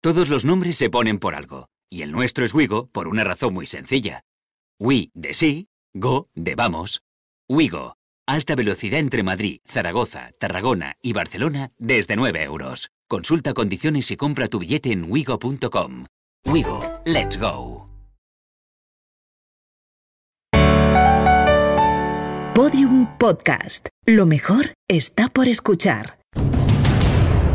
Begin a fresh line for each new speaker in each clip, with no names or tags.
Todos los nombres se ponen por algo, y el nuestro es Wigo por una razón muy sencilla. Wi de sí, Go de vamos. Wigo, alta velocidad entre Madrid, Zaragoza, Tarragona y Barcelona desde 9 euros. Consulta condiciones y compra tu billete en wigo.com. Wigo, let's go.
Podium Podcast. Lo mejor está por escuchar.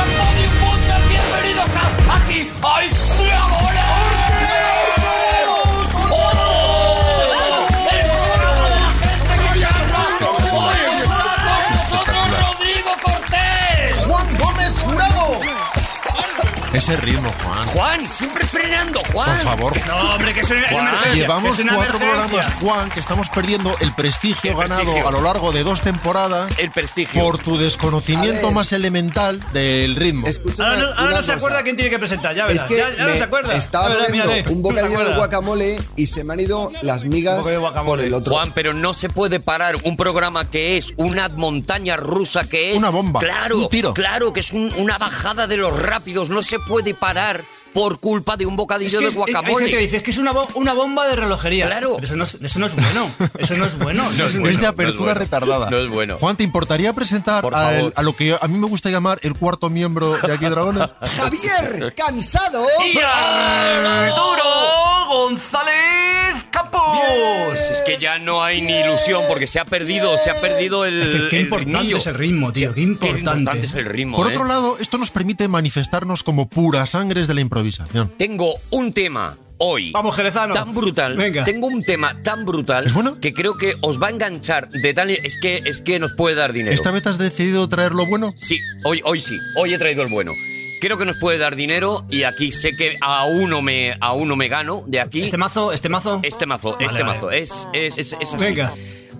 a Podium Podcast, bienvenidos a Aquí hay ¡Oh! dragones. ¡Oh! El programa de la gente que ya habla. Hoy está con nosotros Rodrigo Cortés.
Juan Gómez Jurado.
Ese ritmo, Juan.
Juan, siempre frenando, Juan.
Por favor.
No, hombre, que es una
Juan,
emergencia,
Llevamos
es una
cuatro
emergencia.
programas, Juan, que estamos perdiendo el prestigio
El
ganado
prestigio.
a lo largo de dos temporadas
El prestigio.
por tu desconocimiento más elemental del ritmo.
Escúchame
Ahora no, ahora
una
no se
cosa.
acuerda quién tiene que presentar, ya verás.
Es que
ya, ya Ah, no
me
se acuerda.
estaba
Ya verás,
comiendo
mírale,
un
no se
bocadillo de
acuerda.
guacamole y se me han ido las
Un
migas
bocadillo de
por
guacamole.
el otro.
Juan, pero no se puede parar un programa que es una montaña rusa que es
Una bomba,
Claro,
un tiro.
claro que es un- una bajada de los rápidos. No se puede parar por culpa de un
Es
bocadillo
que
de
es- hay- Hay
guacamole.
gente que dice, es que es una, bo- una bomba de relojería.
Claro.
Pero Eso no, es- eso no es bueno. Eso no es bueno.
No
es
bueno,
es de
no
apertura
bueno.
retardada.
No es bueno.
Juan, ¿te importaría presentar
Por
al-
favor.
a lo que yo- a mí me gusta llamar el cuarto miembro de aquí Dragones?
Javier Cansado.
Arturo González Capos.
Es que ya no hay ni ilusión porque se ha perdido, se ha perdido el.
Es que qué
el
importante
ritmillo.
es el ritmo, tío, qué importante.
es el ritmo.
Por
¿eh?
otro lado, esto nos permite manifestarnos como puras sangres de la improvisación.
Tengo un tema hoy.
Vamos, Jerezano.
Tan brutal.
Venga.
Tengo un tema tan brutal
¿Es bueno?
que creo que os va a enganchar de tal es que es que nos puede dar dinero.
¿Esta vez has decidido traer lo bueno?
Sí, hoy, hoy sí, hoy he traído el bueno. Creo que nos puede dar dinero y aquí sé que a uno me, a uno me gano de aquí.
Este mazo, este mazo.
Este mazo, este
vale.
mazo. Es, es, es, es así.
Venga.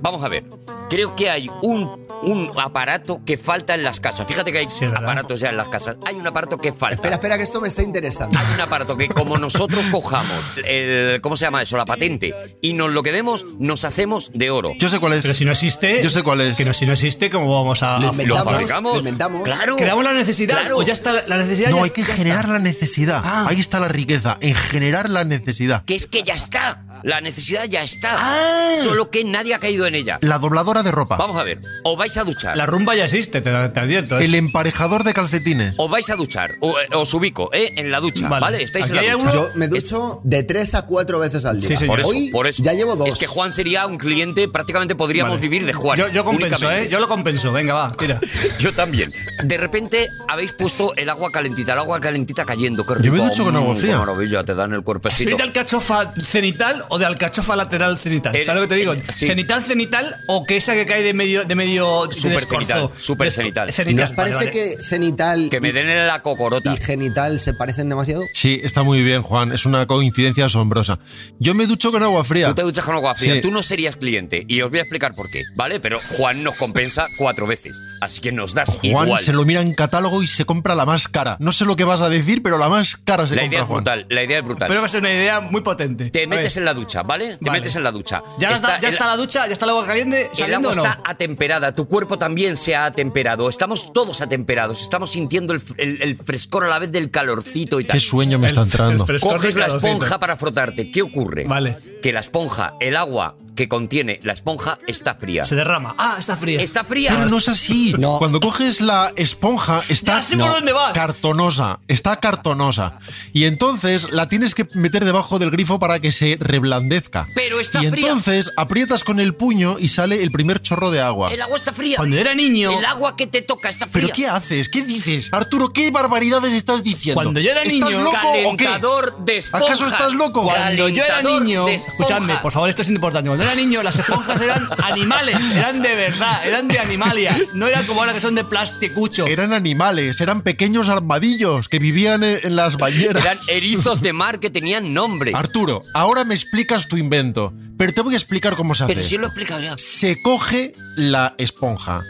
Vamos a ver. Creo que hay un, un aparato que falta en las casas. Fíjate que hay
Sí, ¿verdad?
aparatos ya en las casas. Hay un aparato que falta.
Espera, espera, que esto me está interesando.
Hay un aparato que como nosotros cojamos el, ¿cómo se llama eso? La patente y nos lo quedemos, nos hacemos de oro.
Yo sé cuál es.
Pero si no existe.
Yo sé cuál es.
Que no, si no existe, ¿cómo vamos a.?
Lo
a-
lo
inventamos,
fabricamos.
lo inventamos.
Claro.
¿Creamos la necesidad?
Claro.
¿O ya está la necesidad?
No,
ya
hay que
ya está?
generar la necesidad.
Ah.
Ahí está la riqueza, en generar la necesidad.
Que es que ya está. La necesidad ya está.
Ah.
Solo que nadie ha caído en ella.
La dobladora de ropa.
Vamos a ver. Os vais a duchar.
La rumba ya existe, te, te advierto. ¿eh?
El emparejador de calcetines.
Os vais a duchar. O- eh, os ubico, ¿eh? En la ducha.
Vale.
Vale. Estáis en
Aquí
la
hay
ducha.
uno-
Yo me ducho de tres a cuatro veces al día.
Sí,
Por
señor.
eso,
Hoy
por eso.
ya llevo dos.
Es que Juan sería un cliente, prácticamente podríamos
Vale.
vivir de Juan.
Yo, yo compenso,
únicamente.
¿eh? Yo lo compenso. Venga, va, tira.
Yo también. De repente habéis puesto el agua calentita, el agua calentita cayendo. Qué
Yo me he
rico.
ducho con agua
Mm, qué
fría.
maravilla, te dan el
¿Soy
cuerpecito.
de alcachofa cenital o de alcachofa lateral cenital?
El-
¿Sabes lo que te digo?
el- sí.
Cenital cenital o que esa que cae de medio de medio de
Súper
escorzo.
cenital, súper
De-
cenital.
¿Nos
vale,
parece
vale.
que cenital
eh, Que me den en la
y,
cocorota.
y genital se parecen demasiado?
Sí, está muy bien, Juan. Es una coincidencia asombrosa. Yo me ducho con agua fría.
Tú te duchas con agua fría,
Sí.
tú no serías cliente. Y os voy a explicar por qué, ¿vale? Pero Juan nos compensa cuatro veces. Así que nos das
Juan
igual.
se lo mira en catálogo y se compra la más cara. No sé lo que vas a decir, pero la más cara se
La
compra,
idea es
Juan.
brutal, la idea es brutal.
Pero va a ser una idea muy potente.
te
A
metes
ver.
en la ducha, ¿vale? Te
Vale.
metes en la ducha.
¿Ya está, ya
el-
está la ducha? ¿Ya está el agua caliente?
El
¿Saliendo
agua
o no?
está atemperada, tu cuerpo también se ha atemperado. Estamos todos atemperados, estamos sintiendo el, f- el- el frescor a la vez del calorcito y tal.
Qué sueño me
El-
está
el
entrando.
fresco.
Coges la
calorcito.
esponja para frotarte. ¿Qué ocurre?
Vale.
Que la esponja, el agua que contiene la esponja está fría.
Se derrama. Ah, está fría.
Está fría.
Pero no es así.
No.
Cuando coges la esponja, está
Ya sé por
no,
dónde vas.
cartonosa. Está cartonosa. Y entonces la tienes que meter debajo del grifo para que se reblandezca.
Pero está
y
fría.
entonces aprietas con el puño y sale el primer chorro de agua.
El agua está fría.
Cuando yo era niño.
El agua que te toca está fría.
¿Pero qué haces? ¿Qué dices? Arturo, ¿qué barbaridades estás diciendo?
Cuando yo era
¿Estás
niño-
loco o qué?
Calentador de esponja.
¿Acaso estás loco?
Cuando yo era
Calentador
niño,
de esponja.
escuchadme, por favor, esto es importante. Cuando era niño, las esponjas eran animales, eran de verdad, eran de animalia. No eran como ahora que son de plasticucho.
Eran animales, eran pequeños armadillos que vivían en en las ballenas.
Eran erizos de mar que tenían nombre.
Arturo, ahora me explicas tu invento, pero te voy a explicar cómo se hace.
Pero si
esto.
lo he explicado ya.
Se coge la esponja,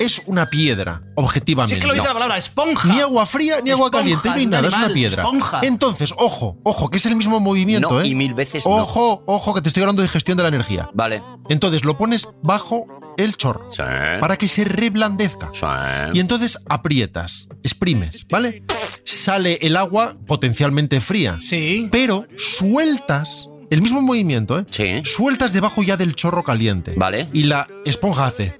es una piedra, objetivamente.
Si es que lo dice
No.
la palabra, esponja.
Ni agua fría, ni agua
Esponja,
caliente, no hay
un
nada, es
animal,
una piedra.
esponja.
Entonces, ojo, ojo, que es el mismo movimiento,
No,
¿eh?
y mil veces no.
Ojo, ojo, que te estoy hablando de gestión de la energía.
Vale.
Entonces lo pones bajo el chorro
Sí.
para que se reblandezca.
Sí.
Y entonces aprietas, exprimes, ¿vale? Sale el agua potencialmente fría.
Sí.
Pero sueltas el mismo movimiento, ¿eh?
Sí.
Sueltas debajo ya del chorro caliente.
Vale.
Y la esponja hace.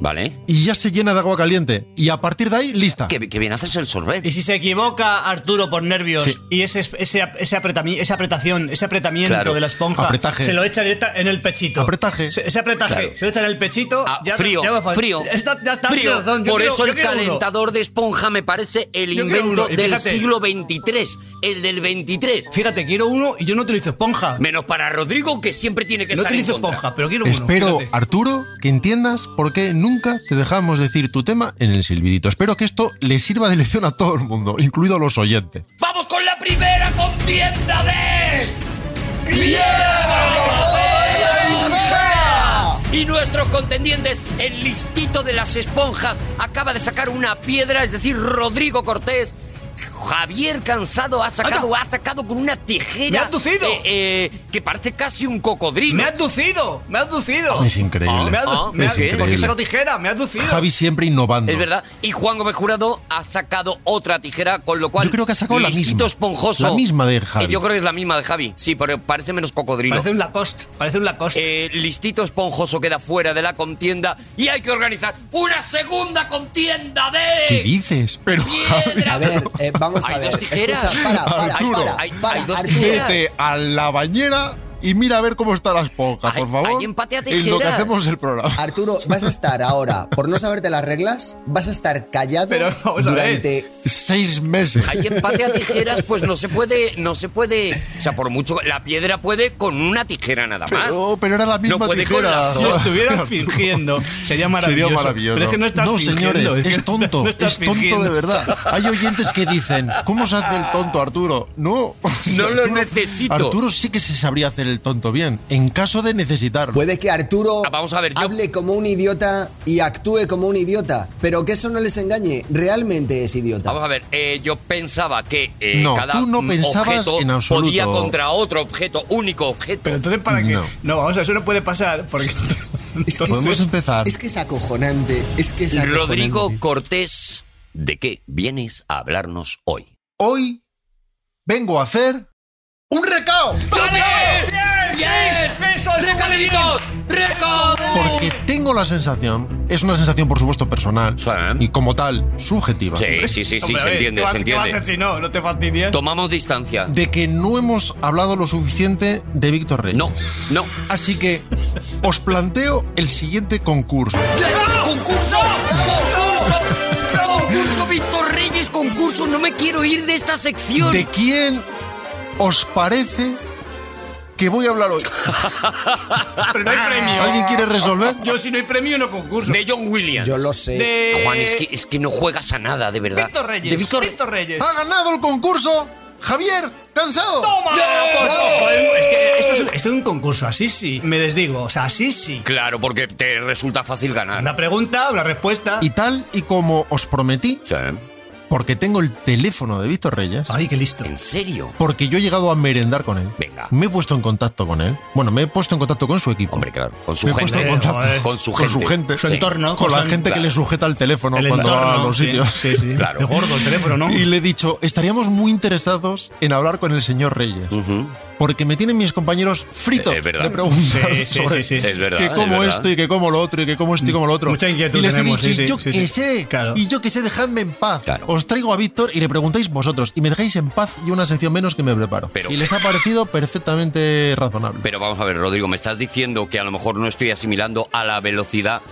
Vale.
Y ya se llena de agua caliente. Y a partir de ahí, lista.
Que, que bien haces el sorbet.
Y si se equivoca Arturo por nervios
Sí.
y ese, ese, ese apretami- esa apretación, ese apretamiento
Claro.
de la esponja,
Apretaje.
se lo echa directa en el pechito.
Apretaje.
Se- ese apretaje,
Claro.
se lo echa en el pechito.
Ah,
ya-
frío,
ya va fa-
frío.
Ya está, ya está,
frío.
tienes razón, yo
Por
quiero-
eso
yo
el
quiero uno.
calentador de esponja me parece el
Yo quiero
invento
uno, y
del
fíjate.
siglo XXIII. El del 23.
Fíjate, quiero uno y yo no utilizo esponja.
Menos para Rodrigo, que siempre tiene que
no
estar en
utilizo
contra.
esponja, pero quiero uno.
Espero,
fíjate.
Arturo, que entiendas por qué nunca te dejamos decir tu tema en el silbidito. Espero que esto le sirva de lección a todo el mundo, incluido a los oyentes.
¡Vamos con la primera contienda de...
Y nuestros contendientes, el listito de las esponjas, acaba de sacar una piedra, es decir, Rodrigo Cortés. Javier Cansado ha sacado, ha atacado con una tijera.
¡Me ha abducido!
eh, eh, que parece casi un cocodrilo.
¡Me has ducido! ¡Me has ducido!
Es increíble.
Me has,
Ah,
me
es
has- ¿por qué
increíble.
saco tijera? ¡Me has ducido!
Javi siempre innovando.
Es verdad. Y Juan Gómez Jurado ha sacado otra tijera, con lo cual.
Yo creo que ha sacado la
listito
misma.
esponjoso.
La misma de Javi.
Eh, Yo creo que es la misma de Javi. Sí, pero parece menos cocodrilo.
Parece un Lacoste, parece un Lacoste.
Eh, listito esponjoso queda fuera de la contienda y hay que organizar una segunda contienda de.
¿Qué dices? Pero Javi,
Piedra.
A ver, eh, vamos a
Hay
ver.
dos tijeras.
Escucha, para, para,
Arturo,
para,
hay-
para,
hay dos
Arturo.
tijeras.
vete a la bañera y mira a ver cómo está la esponja,
Hay-
por favor.
hay empate a
En lo que
tijeras.
hacemos el programa.
Arturo, vas a estar ahora, por no saberte las reglas, vas a estar callado
Pero vamos a ver.
durante
Seis meses.
Hay empate a tijeras, pues no se puede, no se puede. O sea, por mucho. La piedra puede con una tijera nada más.
Pero, pero era la misma
No puede con
tijera.
las
Si
dos.
lo estuvieras fingiendo, sería maravilloso.
Sería maravilloso.
Pero es que no estás fingiendo,
señores,
que
es tonto.
no estás
es tonto
fingiendo.
de verdad. Hay oyentes que dicen, ¿cómo se hace el tonto, Arturo? No. o sea,
No lo necesito.
Arturo sí que se sabría hacer el tonto bien, en caso de necesitarlo.
Puede que Arturo
Ah, vamos a ver, yo-
hable como un idiota y actúe como un idiota, pero que eso no les engañe, realmente es idiota.
Vamos a ver, eh, yo pensaba que eh,
No,
cada
tú no
mm,
pensabas
objeto
en absoluto.
podía contra otro objeto, único objeto.
Pero entonces, ¿para qué?
No.
No. vamos a eso no puede pasar. Porque...
Es que
Podemos
es-
empezar.
Es que es acojonante, es que es acojonante.
Rodrigo Cortés, ¿de qué vienes a hablarnos hoy?
Hoy vengo a hacer un recao.
¡Recaditos!
Porque tengo la sensación, es una sensación por supuesto personal
Sí.
y como tal subjetiva,
Sí, sí, sí, sí,
Hombre, a
se
ver, ¿qué
entiende,
vas-
se
qué vas a
entiende.
hacer si no? ¿No te fastidias?
Tomamos distancia.
de que no hemos hablado lo suficiente de Víctor Reyes.
No, no.
Así que os planteo el siguiente concurso.
¡Concurso! ¡Concurso! ¡Concurso Víctor Reyes! ¡Concurso! ¡No me quiero ir de esta sección!
¿De quién os parece que voy a hablar hoy?
Pero no hay premio.
¿Alguien quiere resolver?
Yo si no hay premio no concurso.
De John Williams.
Yo lo sé.
De-
Juan, es que, es que no juegas a nada, de verdad.
Víctor Reyes.
De Víctor...
Reyes.
¡Ha ganado el concurso! ¡Javier! ¡Cansado!
¡Toma! por favor! pues, eh, Es que esto es, un- esto es un concurso, así sí. Me desdigo, o sea, así sí.
Claro, porque te resulta fácil ganar.
Una pregunta, una respuesta.
Y tal y como os prometí,
Sí.
porque tengo el teléfono de Víctor Reyes,
Ay, qué listo.
¿En serio?
porque yo he llegado a merendar con él.
Venga.
Me he puesto en contacto con él. Bueno, me he puesto en contacto con su equipo.
Hombre, claro. Con su
me he
gente. Eh,
puesto en contacto
joder.
Con su
con
gente.
su gente.
Su
Sí.
entorno.
Con la
su-
gente que le sujeta el teléfono cuando va a los
sí,
sitios.
Sí, sí.
Claro.
El gordo, el teléfono, ¿no?
Y le he dicho, estaríamos muy interesados en hablar con el señor Reyes.
Ujú. Eh,
Porque me tienen mis compañeros frito
Es verdad.
de preguntas
Sí, sí,
sobre
sí, sí.
Es verdad,
que
es
como
verdad.
esto y que como lo otro y que como esto y como lo otro.
Mucha inquietud
y les
tenemos,
he dicho,
sí,
"Y yo
sí, sí,
que
sí.
sé,
Claro.
y yo que sé, dejadme en paz.
Claro.
Os traigo a Víctor y le preguntáis vosotros y me dejáis en paz y una sección menos que me preparo.
Pero-
y les ha parecido perfectamente razonable.
Pero vamos a ver, Rodrigo, me estás diciendo que a lo mejor no estoy asimilando a la velocidad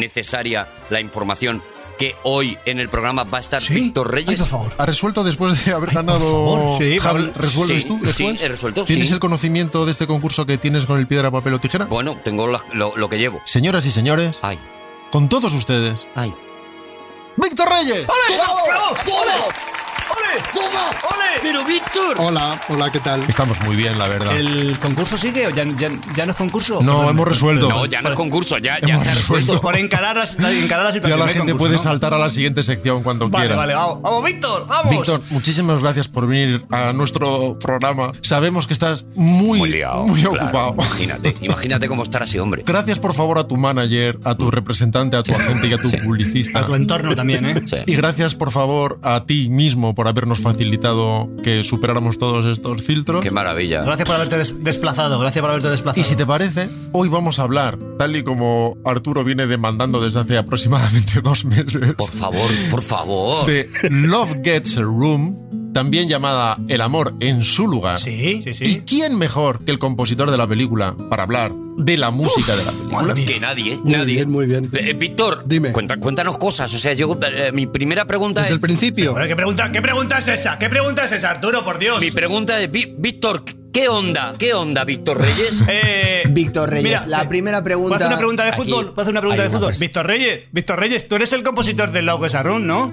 necesaria la información que hoy en el programa va a estar
Sí.
Víctor Reyes.
Ay, por favor.
¿Ha resuelto después de haber
Ay, por
ganado?
favor,
Javi,
sí, Pablo.
¿Resuelves
Sí,
tú?
sí,
¿Resuelves?
he resuelto,
¿Tienes
sí.
el conocimiento de este concurso que tienes con el piedra, papel o tijera?
Bueno, tengo la- lo, lo que llevo.
Señoras y señores,
Ay,
con todos ustedes,
ay.
Víctor Reyes.
¡Ole! ¡Bravo! ¡Ole! ¡Ole!
¡Toma! Pero Víctor,
Hola, hola, ¿qué tal?
Estamos muy bien, la verdad.
¿El concurso sigue o ya, ya- ya no es concurso?
Ah. No, hemos resuelto.
No, ya no es concurso, ya, ya
Hemos
se ha
resuelto.
resuelto.
Por encarar la, encarar la
Ya
situación.
la
no hay
gente
concurso,
puede
¿no?
saltar a la siguiente sección cuando
Vale,
quiera.
vale, vamos. ¡Vamos, Víctor! ¡Vamos!
Víctor, muchísimas gracias por venir a nuestro programa. Sabemos que estás muy,
Muy liado.
muy
claro.
ocupado.
Imagínate, imagínate cómo estará ese hombre.
Gracias, por favor, a tu manager, a tu representante, a tu agente y a tu
A
publicista.
tu entorno también, ¿eh?
Sí.
Y gracias, por favor, a ti mismo por habernos facilitado que superáramos todos estos filtros.
Qué maravilla.
Gracias por haberte des- desplazado. Gracias por haberte desplazado.
Y si te parece, hoy vamos a hablar, tal y como Arturo viene demandando desde hace aproximadamente dos meses,
Por favor, por favor.
de Love Gets a Room, también llamada El amor en su lugar.
Sí, sí,
¿Y
sí.
quién mejor que el compositor de la película para hablar de la música de la película?
Madre, que nadie,
Muy
nadie.
bien, muy bien.
Eh, Víctor,
Dime.
cuenta- cuéntanos cosas. O sea, yo, eh, mi primera pregunta
Desde
es.
el principio.
Bueno, ¿qué pregunta, ¿Qué pregunta es esa? ¿Qué pregunta es esa, Arturo? Por Dios.
Mi pregunta es, Vi- Víctor, ¿qué onda? ¿Qué onda, Víctor Reyes?
Eh,
Víctor Reyes, la
eh,
primera pregunta-
¿Puedo hacer una pregunta de
Aquí
fútbol? ¿Puedo hacer una pregunta
hay
de
una
fútbol?
persona.
Víctor Reyes, Víctor Reyes, tú eres el compositor del Logo Sarun, ¿no?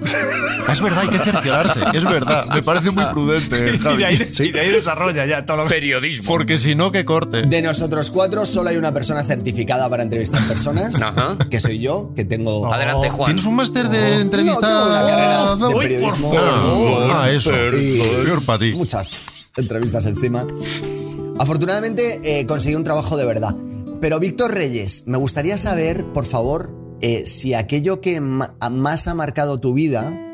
Es verdad, hay que cerciorarse, es verdad. Me parece muy prudente, eh,
y, de ahí,
Javi.
y de ahí desarrolla ya todo lo que.
Periodismo.
Porque si no, que corte.
De nosotros cuatro, solo hay una persona certificada para entrevistar personas,
Ajá.
que soy yo, que tengo.
Adelante, Juan.
¿Tienes un máster de entrevista?
No, tengo una carrera de
Uy,
periodismo.
Ah, ah, eso.
Y-
Peor para ti.
muchas entrevistas encima. Afortunadamente eh, conseguí un trabajo de verdad. Pero Víctor Reyes, me gustaría saber, por favor, eh, si aquello que ma- más ha marcado tu vida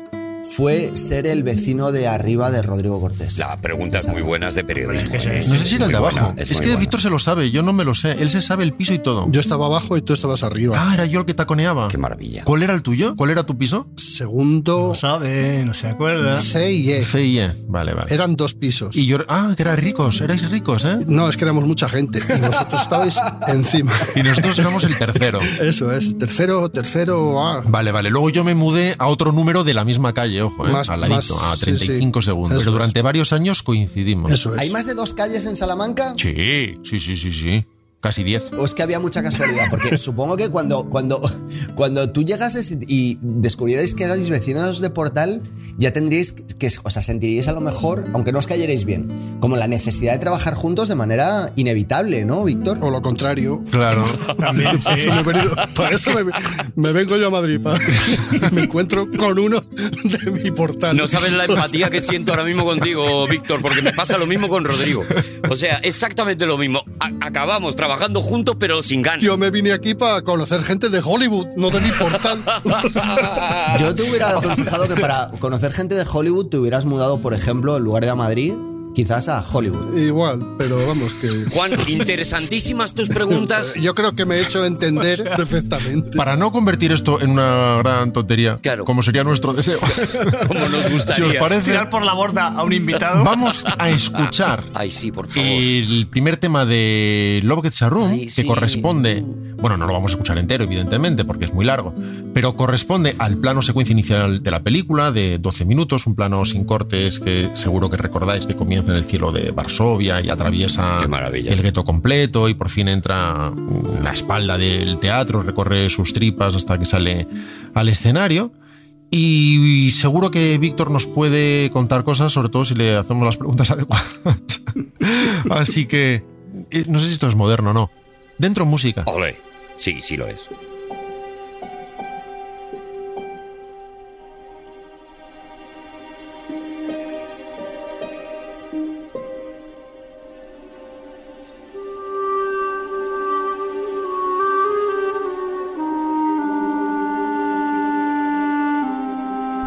fue ser el vecino de arriba de Rodrigo Cortés.
La pregunta es muy buena, es de periodismo. ¿eh?
No sé si era el de
Muy buena,
abajo.
es
Es,
muy
que
buena.
Víctor se lo sabe, yo no me lo sé. Él se sabe el piso y todo.
Yo estaba abajo y tú estabas arriba.
Ah, era yo el que taconeaba.
Qué maravilla.
¿Cuál era el tuyo? ¿Cuál era tu piso?
Segundo,
No sabe, no se acuerda.
C y E.
C y E. Vale, vale.
Eran dos pisos.
Y yo, ah, que erais ricos, erais ricos, ¿eh?
No, es que éramos mucha gente. Y vosotros estabais encima.
Y nosotros éramos el tercero.
Eso es. Tercero, tercero, ah, A.
Vale, vale. Luego yo me mudé a otro número de la misma calle, ojo, ¿eh?
Más-
al ladito,
más-
a
sí,
35
sí.
segundos.
Eso
Pero
es.
durante varios años coincidimos.
Eso es.
¿Hay más de dos calles en Salamanca?
Sí, sí, sí, sí, sí. Casi 10.
¿O es que había mucha casualidad? Porque supongo que cuando, cuando, cuando tú llegases y- y descubrierais que erais vecinos de Portal, ya tendríais que, o sea, sentiríais a lo mejor, aunque no os cayerais bien, como la necesidad de trabajar juntos de manera inevitable, ¿no, Víctor?
O lo contrario.
Claro.
También,
Para
sí.
eso, me, he venido- para eso me, me vengo yo a Madrid. para- me encuentro con uno de mi portal.
No sabes la empatía que siento ahora mismo contigo, Víctor, porque me pasa lo mismo con Rodrigo. O sea, exactamente lo mismo. A- acabamos trabajando juntos, pero sin ganas.
Yo me vine aquí para conocer gente de Hollywood, no de mi portal.
Yo te hubiera aconsejado que para conocer gente de Hollywood te hubieras mudado, por ejemplo, en lugar de a Madrid, quizás a Hollywood.
Igual, pero vamos que.
Juan, interesantísimas tus preguntas.
Yo creo que me he hecho entender perfectamente.
Para no convertir esto en una gran tontería,
Claro.
como sería nuestro deseo,
Como nos
si os
gustaría.
parece,
Tirar por la borda a un invitado.
vamos a escuchar
Ay, sí, por favor.
el primer tema de Love Gets a Room,
Ay,
que
sí.
corresponde, bueno, no lo vamos a escuchar entero, evidentemente, porque es muy largo, pero corresponde al plano secuencia inicial de la película, de 12 minutos, un plano sin cortes que seguro que recordáis que comienza en el cielo de Varsovia y atraviesa
Qué maravilla.
el gueto completo y por fin entra en la espalda del teatro, recorre sus tripas hasta que sale al escenario. Y seguro que Víctor nos puede contar cosas, sobre todo si le hacemos las preguntas adecuadas. Así que eh, no sé si esto es moderno o no. Dentro música.
Ole. Sí, sí lo es.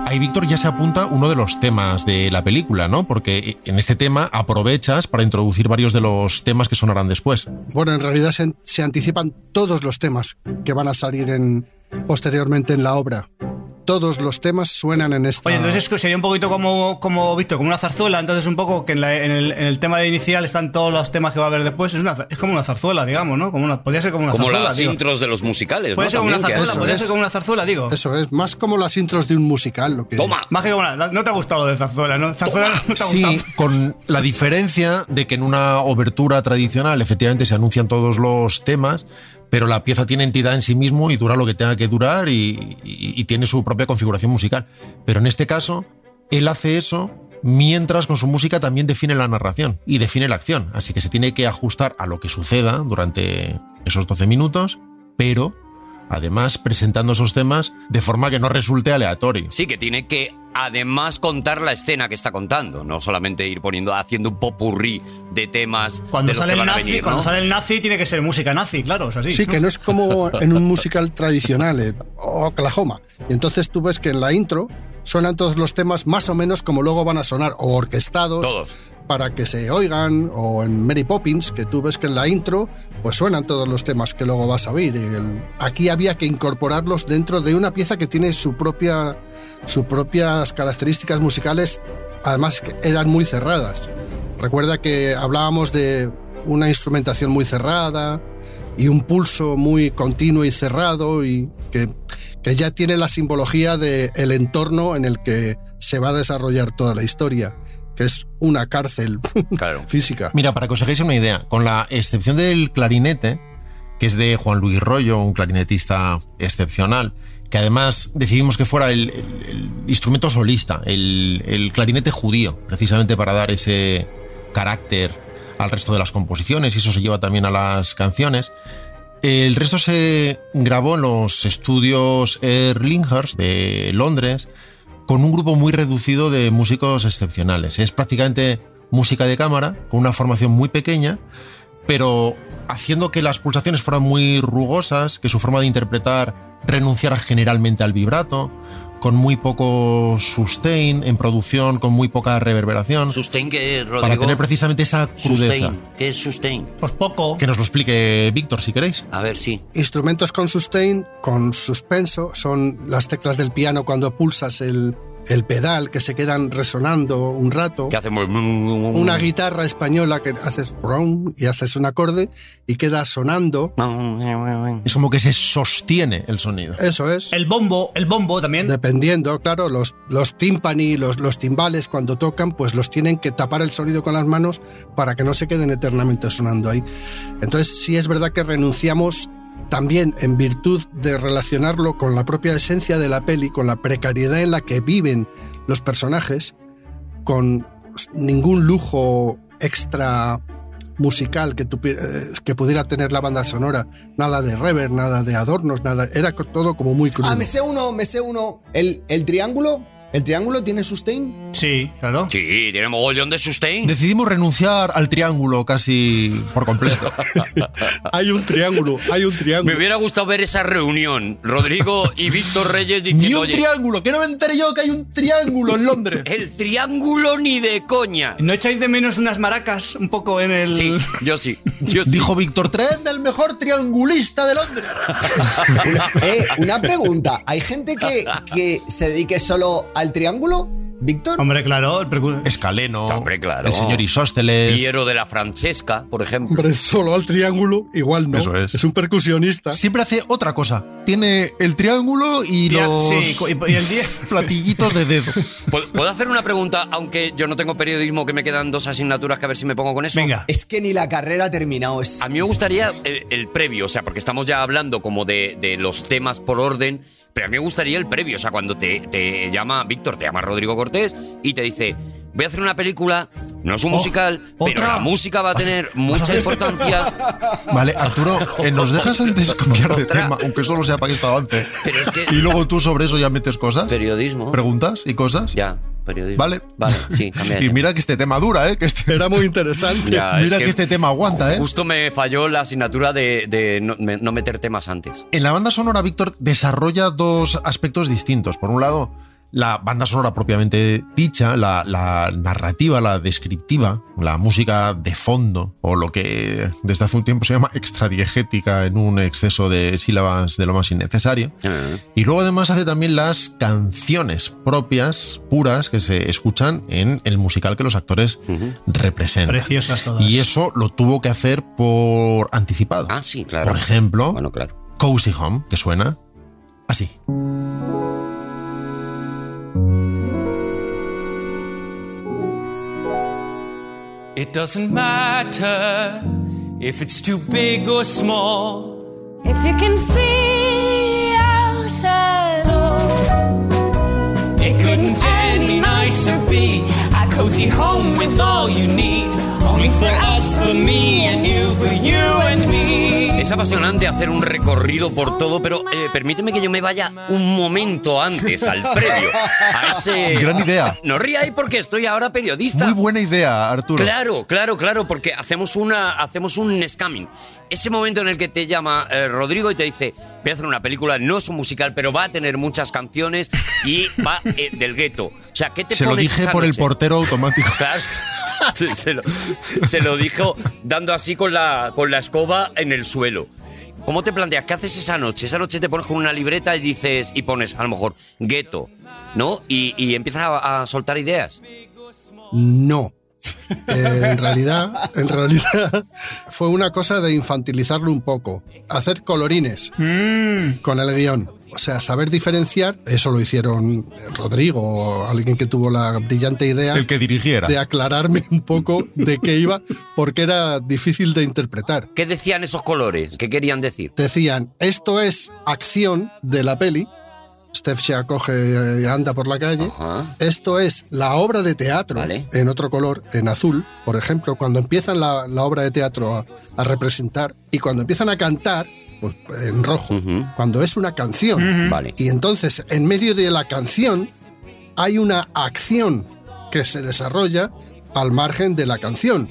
Ahí Víctor ya se apunta uno de los temas de la película, ¿no? Porque en este tema aprovechas para introducir varios de los temas que sonarán después.
Bueno, en realidad se, se anticipan todos los temas que van a salir en, posteriormente en la obra. Todos los temas suenan en esta.
Oye, entonces sería un poquito como, como visto, como una zarzuela. Entonces, un poco que en, la- en el, en el tema de inicial están todos los temas que va a haber después. Es, una, zar- es como una zarzuela, digamos, ¿no? Como una, podría ser como una
Como
zarzuela.
las
digo.
intros de los musicales.
Puede
¿no?
ser como una
También, que
zarzuela,
eso
podría
es.
ser como una zarzuela, digo.
Eso es, más como las intros de un musical. Lo que
hay- Toma.
Más que como una. No te ha gustado lo de zarzuela, ¿no? Zarzuela no te ha gustado.
Sí, con la diferencia de que en una obertura tradicional efectivamente se anuncian todos los temas, pero la pieza tiene entidad en sí mismo y dura lo que tenga que durar y, y- y tiene su propia configuración musical. Pero en este caso, él hace eso mientras con su música también define la narración y define la acción, así que se tiene que ajustar a lo que suceda durante esos 12 minutos, pero además presentando esos temas de forma que no resulte aleatorio.
Sí, que tiene que además contar la escena que está contando, no solamente ir poniendo, haciendo un popurrí de temas.
Cuando,
de los
sale,
que
el
van a
nazi,
venir, ¿no?
cuando sale el nazi tiene que ser música nazi, claro, es así.
Sí, que no es como en un musical tradicional, eh, Oklahoma. Y entonces tú ves que en la intro suenan todos los temas más o menos como luego van a sonar, o orquestados.
Todos.
Para que se oigan, o en Mary Poppins, que tú ves que en la intro, pues suenan todos los temas que luego vas a oír. El- aquí había que incorporarlos dentro de una pieza que tiene su propia, sus propias características musicales, además que eran muy cerradas. Recuerda que hablábamos de una instrumentación muy cerrada y un pulso muy continuo y cerrado y que, que ya tiene la simbología del el entorno en el que se va a desarrollar toda la historia, que es una cárcel
Claro.
física.
Mira, para que os hagáis una idea, con la excepción del clarinete, que es de Juan Luis Rollo, un clarinetista excepcional, que además decidimos que fuera el, el- el instrumento solista, el, el clarinete judío, precisamente para dar ese carácter al resto de las composiciones, y eso se lleva también a las canciones. El resto se grabó en los estudios Erlinghurst de Londres con un grupo muy reducido de músicos excepcionales. Es prácticamente música de cámara, con una formación muy pequeña, pero haciendo que las pulsaciones fueran muy rugosas, que su forma de interpretar renunciara generalmente al vibrato, con muy poco sustain en producción, con muy poca reverberación,
Sustain que es, Rodrigo.
para tener precisamente esa crudeza.
Sustain. ¿Qué es sustain?
Pues poco.
Que nos lo explique Víctor, si queréis.
A ver, sí.
Instrumentos con sustain, con suspenso, son las teclas del piano cuando pulsas el, el pedal que se quedan resonando un rato.
Que hacemos
Una guitarra española que haces brown y haces un acorde y queda sonando.
Es como que se sostiene el sonido.
Eso es.
El bombo, el bombo también.
Dependiendo, claro, los, los timpani, los, los timbales cuando tocan, pues los tienen que tapar el sonido con las manos para que no se queden eternamente sonando ahí. Entonces sí es verdad que renunciamos también en virtud de relacionarlo con la propia esencia de la peli, con la precariedad en la que viven los personajes, con ningún lujo extra musical que, tupi- eh, que pudiera tener la banda sonora, nada de reverb, nada de adornos, nada, era co- todo como muy crudo.
Ah, me sé uno, me sé uno. El, el triángulo, el triángulo tiene sustain.
Sí, claro.
Sí, tiene mogollón de sustain.
Decidimos renunciar al triángulo casi por completo.
Hay un triángulo, hay un
Me
triángulo.
hubiera gustado ver esa reunión. Rodrigo y Víctor Reyes
Ni
diciendo,
un
oye,
triángulo, que no me entere yo que hay un triángulo en Londres.
el triángulo ni de coña.
¿No echáis de menos unas maracas un poco en el.
Sí, yo sí. Yo sí.
Mm. Dijo Víctor, traedme el mejor triangulista de Londres.
Una, eh, una pregunta. ¿Hay gente que, que se dedique solo al triángulo, Víctor?
Hombre, claro, el percu-
Escaleno,
Hombre, claro.
el señor Isósteles.
Piero de la Francesca, por ejemplo.
Hombre, solo al triángulo, igual no.
Eso es.
un percusionista.
Siempre hace otra cosa. Tiene el triángulo y
Tria-
los
sí, co- y- y el die-
platillitos de dedo.
¿Puedo puedo hacer una pregunta, aunque yo no tengo periodismo, que me quedan dos asignaturas que a ver si me pongo con eso?
Venga.
Es que ni la carrera ha terminado. Es,
A mí me gustaría el, el previo, o sea, porque estamos ya hablando como de, de los temas por orden, pero a mí me gustaría el previo, o sea, cuando te, te llama Víctor, te llama Rodrigo Cortés y te dice, voy a hacer una película, no es un
Oh,
musical, pero
otra.
la música va a tener mucha importancia,
Vale, Arturo, eh, nos dejas antes cambiar de
Otra.
tema, aunque solo sea para que esto avance.
pero es que...
Y luego tú sobre eso ya metes cosas,
Periodismo.
preguntas y cosas.
Ya, periodismo.
Vale.
Vale, sí, cambia de
Y
tema.
mira que este tema dura, ¿eh? Que este-
Era muy interesante.
Ya, es
mira que,
que
este tema aguanta, ¿eh?
Justo me falló la asignatura de, de no, me- no meter temas antes.
En la banda sonora, Víctor desarrolla dos aspectos distintos. Por un lado, la banda sonora propiamente dicha, la, la narrativa, la descriptiva, la música de fondo, o lo que desde hace un tiempo se llama extradiegética en un exceso de sílabas de lo más innecesario. Y luego además hace también las canciones propias, puras, que se escuchan en el musical que los actores representan.
Preciosas todas.
Y eso lo tuvo que hacer por anticipado.
Ah, sí, claro.
Por ejemplo,
Bueno, claro.
Cozy Home, que suena así.
It doesn't matter if it's too big or small.
If you can see out at all,
It couldn't end me
any
nicer be.
I could
cozy home with all you need. Only for us, for me and you, for you and me.
Es apasionante hacer un recorrido por todo, pero eh, permíteme que yo me vaya un momento antes al previo. A ese...
Gran idea.
No ríais porque estoy ahora periodista.
Muy buena idea, Arturo.
Claro, claro, claro, porque hacemos una, hacemos un scamming. Ese momento en el que te llama eh, Rodrigo y te dice, voy a hacer una película, no es un musical, pero va a tener muchas canciones y va eh, del gueto. O sea, ¿qué te
Se lo
pones
dije
esa
por el
noche?
portero automático.
Claro. Se, se lo, se lo dijo dando así con la, con la escoba en el suelo. ¿Cómo te planteas? ¿Qué haces esa noche? Esa noche te pones con una libreta y dices, y pones a lo mejor gueto, ¿no? Y, y empiezas a, a soltar ideas.
No. Eh, en realidad, en realidad fue una cosa de infantilizarlo un poco, hacer colorines con el guión. O sea, saber diferenciar, eso lo hicieron Rodrigo o alguien que tuvo la brillante idea
El que dirigiera.
de aclararme un poco de qué iba, porque era difícil de interpretar.
¿Qué decían esos colores? ¿Qué querían decir?
Decían, esto es acción de la peli. Steph se acoge y anda por la calle. Esto es la obra de teatro en otro color, en azul, por ejemplo. Cuando empiezan la, la obra de teatro a, a representar y cuando empiezan a cantar, pues en rojo. Cuando es una canción.
Vale.
Y entonces, en medio de la canción, hay una acción que se desarrolla al margen de la canción.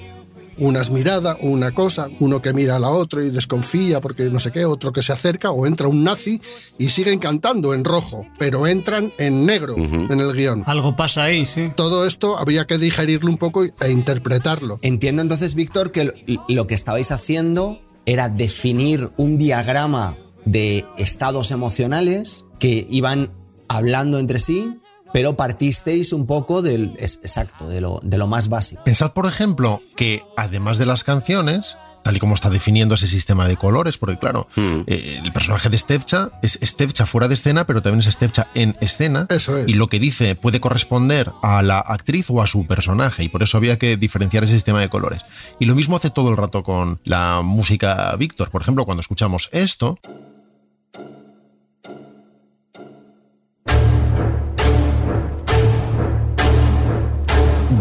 Unas miradas, una cosa, uno que mira a la otra y desconfía porque no sé qué, otro que se acerca, o entra un nazi y siguen cantando en rojo, pero entran en negro en el guión.
Algo pasa ahí, sí.
Todo esto había que digerirlo un poco e interpretarlo.
Entiendo entonces, Víctor, que lo- lo que estabais haciendo era definir un diagrama de estados emocionales que iban hablando entre sí, pero partisteis un poco del es- exacto, de lo, de lo más básico.
Pensad, por ejemplo, que además de las canciones, tal y como está definiendo ese sistema de colores, porque claro, eh, el personaje de Stevcha es Stevcha fuera de escena, pero también es Stevcha en escena.
Eso es.
Y lo que dice puede corresponder a la actriz o a su personaje, y por eso había que diferenciar ese sistema de colores. Y lo mismo hace todo el rato con la música Víctor. Por ejemplo, cuando escuchamos esto,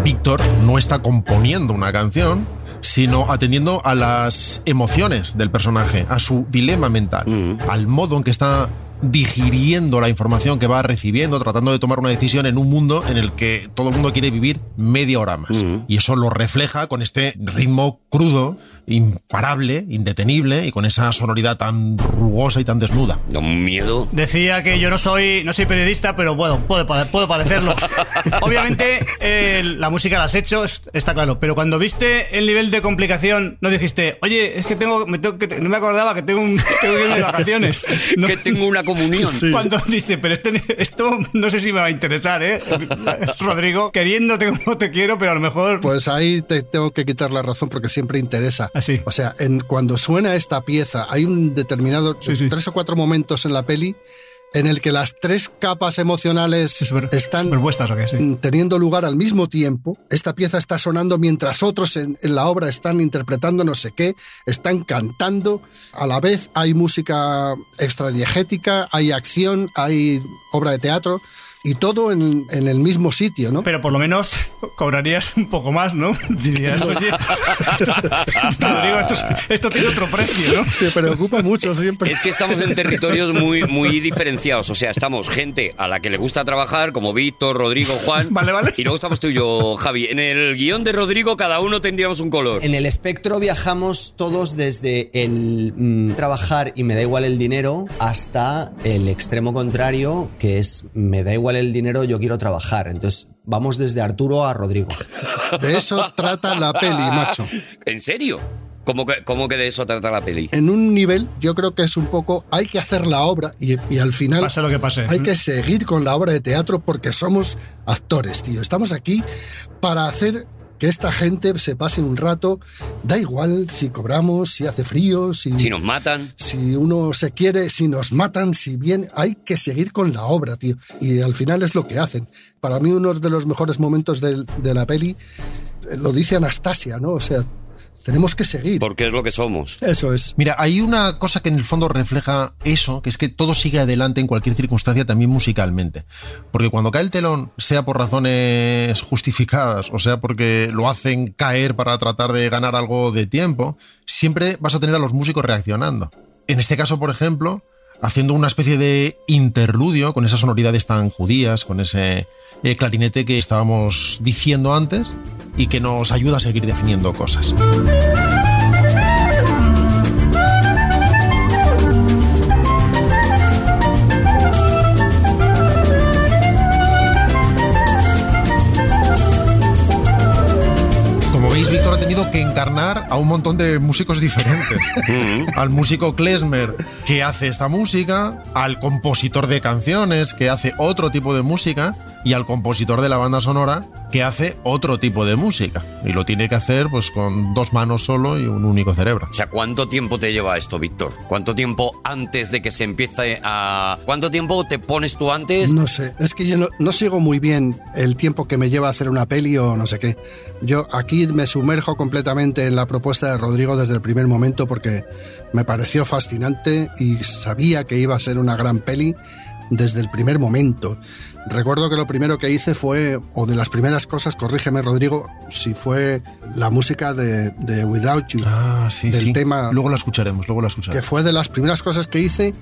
Víctor no está componiendo una canción, sino atendiendo a las emociones del personaje, a su dilema mental, al modo en que está digiriendo la información que va recibiendo, tratando de tomar una decisión en un mundo en el que todo el mundo quiere vivir media hora más. Y eso lo refleja con este ritmo crudo, imparable, indetenible y con esa sonoridad tan rugosa y tan desnuda.
Da un miedo.
Decía que yo no soy, no soy periodista, pero bueno, puedo, pa- puedo parecerlo. Obviamente, eh, la música la has hecho, es- está claro. Pero cuando viste el nivel de complicación, no dijiste, oye, es que tengo, me tengo que- no me acordaba que tengo, un, tengo que irme de vacaciones. No.
Que tengo una comunión.
Cuando dice, pero este- esto no sé si me va a interesar, ¿eh? Rodrigo, queriéndote como te quiero, pero a lo mejor.
Pues ahí te tengo que quitar la razón porque siempre interesa. Así. O sea, en, cuando suena esta pieza, hay un determinado tres o cuatro momentos en la peli en el que las tres capas emocionales están mm, teniendo lugar al mismo tiempo. Esta pieza está sonando mientras otros en, en la obra están interpretando no sé qué, están cantando. A la vez hay música extradiegética, hay acción, hay obra de teatro y todo en, en el mismo sitio, ¿no?
Pero por lo menos cobrarías un poco más, ¿no? Dirías, oye, esto, es- Rodrigo, esto, es- esto tiene otro precio, ¿no?
Te preocupa mucho siempre.
Es que estamos en territorios muy, muy diferenciados. O sea, estamos gente a la que le gusta trabajar, como Víctor, Rodrigo, Juan. Vale, vale. Y luego estamos tú y yo, Javi. En el guión de Rodrigo, cada uno tendríamos un color.
En el espectro viajamos todos desde el mm, trabajar y me da igual el dinero hasta el extremo contrario, que es me da igual el dinero, yo quiero trabajar. Entonces vamos desde Arturo a Rodrigo.
De eso trata la peli, macho.
Ah. ¿En serio? ¿Cómo que, cómo que de eso trata la peli?
En un nivel, yo creo que es un poco, hay que hacer la obra y, y al final...
Pase lo que pase.
Hay que seguir con la obra de teatro porque somos actores, tío. Estamos aquí para hacer que esta gente se pase un rato. Da igual si cobramos, si hace frío, si...
Si nos matan.
Si uno se quiere, si nos matan, si bien, hay que seguir con la obra, tío. Y al final es lo que hacen. Para mí uno de los mejores momentos del- de, la peli eh, lo dice Anastasia, ¿no? O sea, tenemos que seguir.
Porque es lo que somos.
Eso es.
Mira, hay una cosa que en el fondo refleja eso, que es que todo sigue adelante en cualquier circunstancia, también musicalmente. Porque cuando cae el telón, sea por razones justificadas, o sea porque lo hacen caer para tratar de ganar algo de tiempo, siempre vas a tener a los músicos reaccionando. En este caso, por ejemplo, haciendo una especie de interludio con esas sonoridades tan judías, con ese eh, clarinete que estábamos diciendo antes y que nos ayuda a seguir definiendo cosas. Como veis, Víctor ha tenido que encarnar a un montón de músicos diferentes. al músico Klesmer, que hace esta música, al compositor de canciones, que hace otro tipo de música, y al compositor de la banda sonora, que hace otro tipo de música. Y lo tiene que hacer pues con dos manos solo y un único cerebro.
O sea, ¿cuánto tiempo te lleva esto, Víctor? ¿Cuánto tiempo antes de que se empiece a... ¿Cuánto tiempo te pones tú antes?
No sé, es que yo no, no sigo muy bien el tiempo que me lleva hacer una peli o no sé qué. Yo aquí me sumerjo completamente en la propuesta de Rodrigo desde el primer momento porque me pareció fascinante y sabía que iba a ser una gran peli desde el primer momento. Recuerdo que lo primero que hice fue, o de las primeras cosas, corrígeme Rodrigo, si fue la música de, de Without You.
Ah, sí,
del
sí.
tema
Luego la escucharemos, luego la escucharemos.
que fue de las primeras cosas que hice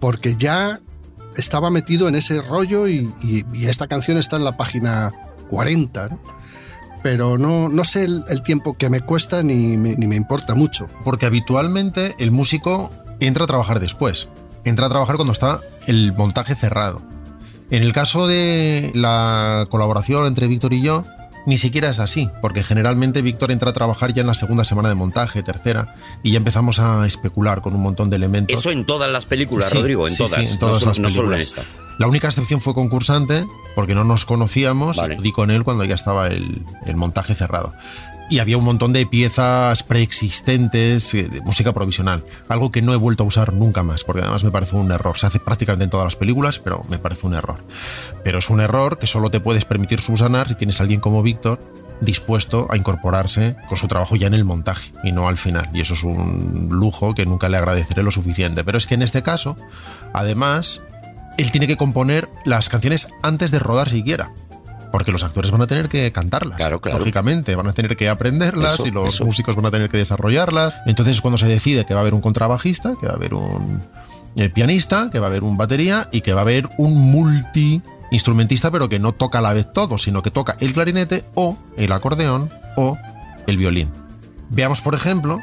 porque ya estaba metido en ese rollo y, y- y esta canción está en la página 40, ¿no? Pero no, no sé el, el tiempo que me cuesta ni me, ni me importa mucho.
Porque habitualmente el músico entra a trabajar después. Entra a trabajar cuando está el montaje cerrado. En el caso de la colaboración entre Víctor y yo, ni siquiera es así, porque generalmente Víctor entra a trabajar ya en la segunda semana de montaje, tercera, y ya empezamos a especular con un montón de elementos.
Eso en todas las películas,
Sí,
Rodrigo, en
sí,
todas.
sí, en todas
no,
las
solo- no solo en
películas.
esta.
La única excepción fue concursante, porque no nos conocíamos,
Vale.
y di con él cuando ya estaba el, el montaje cerrado. Y había un montón de piezas preexistentes, eh, de música provisional, algo que no he vuelto a usar nunca más, porque además me parece un error. Se hace prácticamente en todas las películas, pero me parece un error. Pero es un error que solo te puedes permitir subsanar si tienes a alguien como Víctor dispuesto a incorporarse con su trabajo ya en el montaje y no al final. Y eso es un lujo que nunca le agradeceré lo suficiente. Pero es que en este caso, además, él tiene que componer las canciones antes de rodar siquiera. Porque los actores van a tener que cantarlas. Lógicamente, van a tener que aprenderlas
Eso,
y los
eso.
músicos van a tener que desarrollarlas. Entonces es cuando se decide que va a haber un contrabajista, que va a haber un eh, pianista, que va a haber un batería y que va a haber un multi instrumentista, pero que no toca a la vez todo, sino que toca el clarinete o el acordeón o el violín. Veamos, por ejemplo,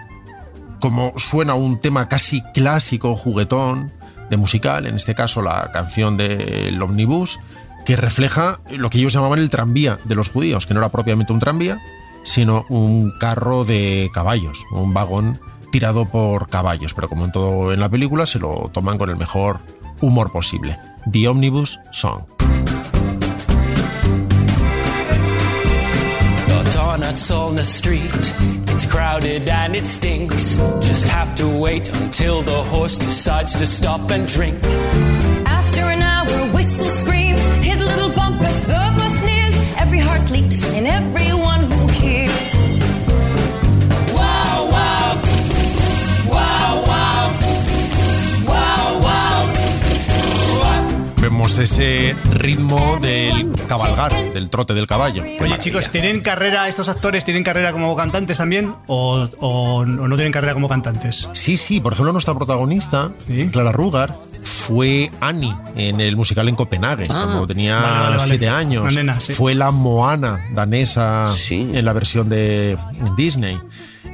como suena un tema casi clásico, juguetón, de musical, en este caso la canción del Omnibus, que refleja lo que ellos llamaban el tranvía de los judíos, que no era propiamente un tranvía, sino un carro de caballos, un vagón tirado por caballos, pero como en todo en la película se lo toman con el mejor humor posible. The Omnibus Song.
The donuts on the street, it's crowded and it stinks. Just have to wait until the horse decides to stop and drink.
After an hour, whistle screams, hit little bump as the bus nears. Every heart leaps in everyone who hears. Wow, wow, wow, wow, wow, wow.
Vemos ese ritmo del cabalgar, del trote del caballo.
Oye, chicos, ¿tienen carrera, estos actores tienen carrera como cantantes también? ¿O, o no no tienen carrera como cantantes?
Sí, sí, por ejemplo, nuestra protagonista, Clara Rugar, fue Annie en el musical en Copenhague, cuando tenía
Vale, vale, vale.
siete años.
Una nena, sí.
Fue la Moana danesa en la versión de Disney.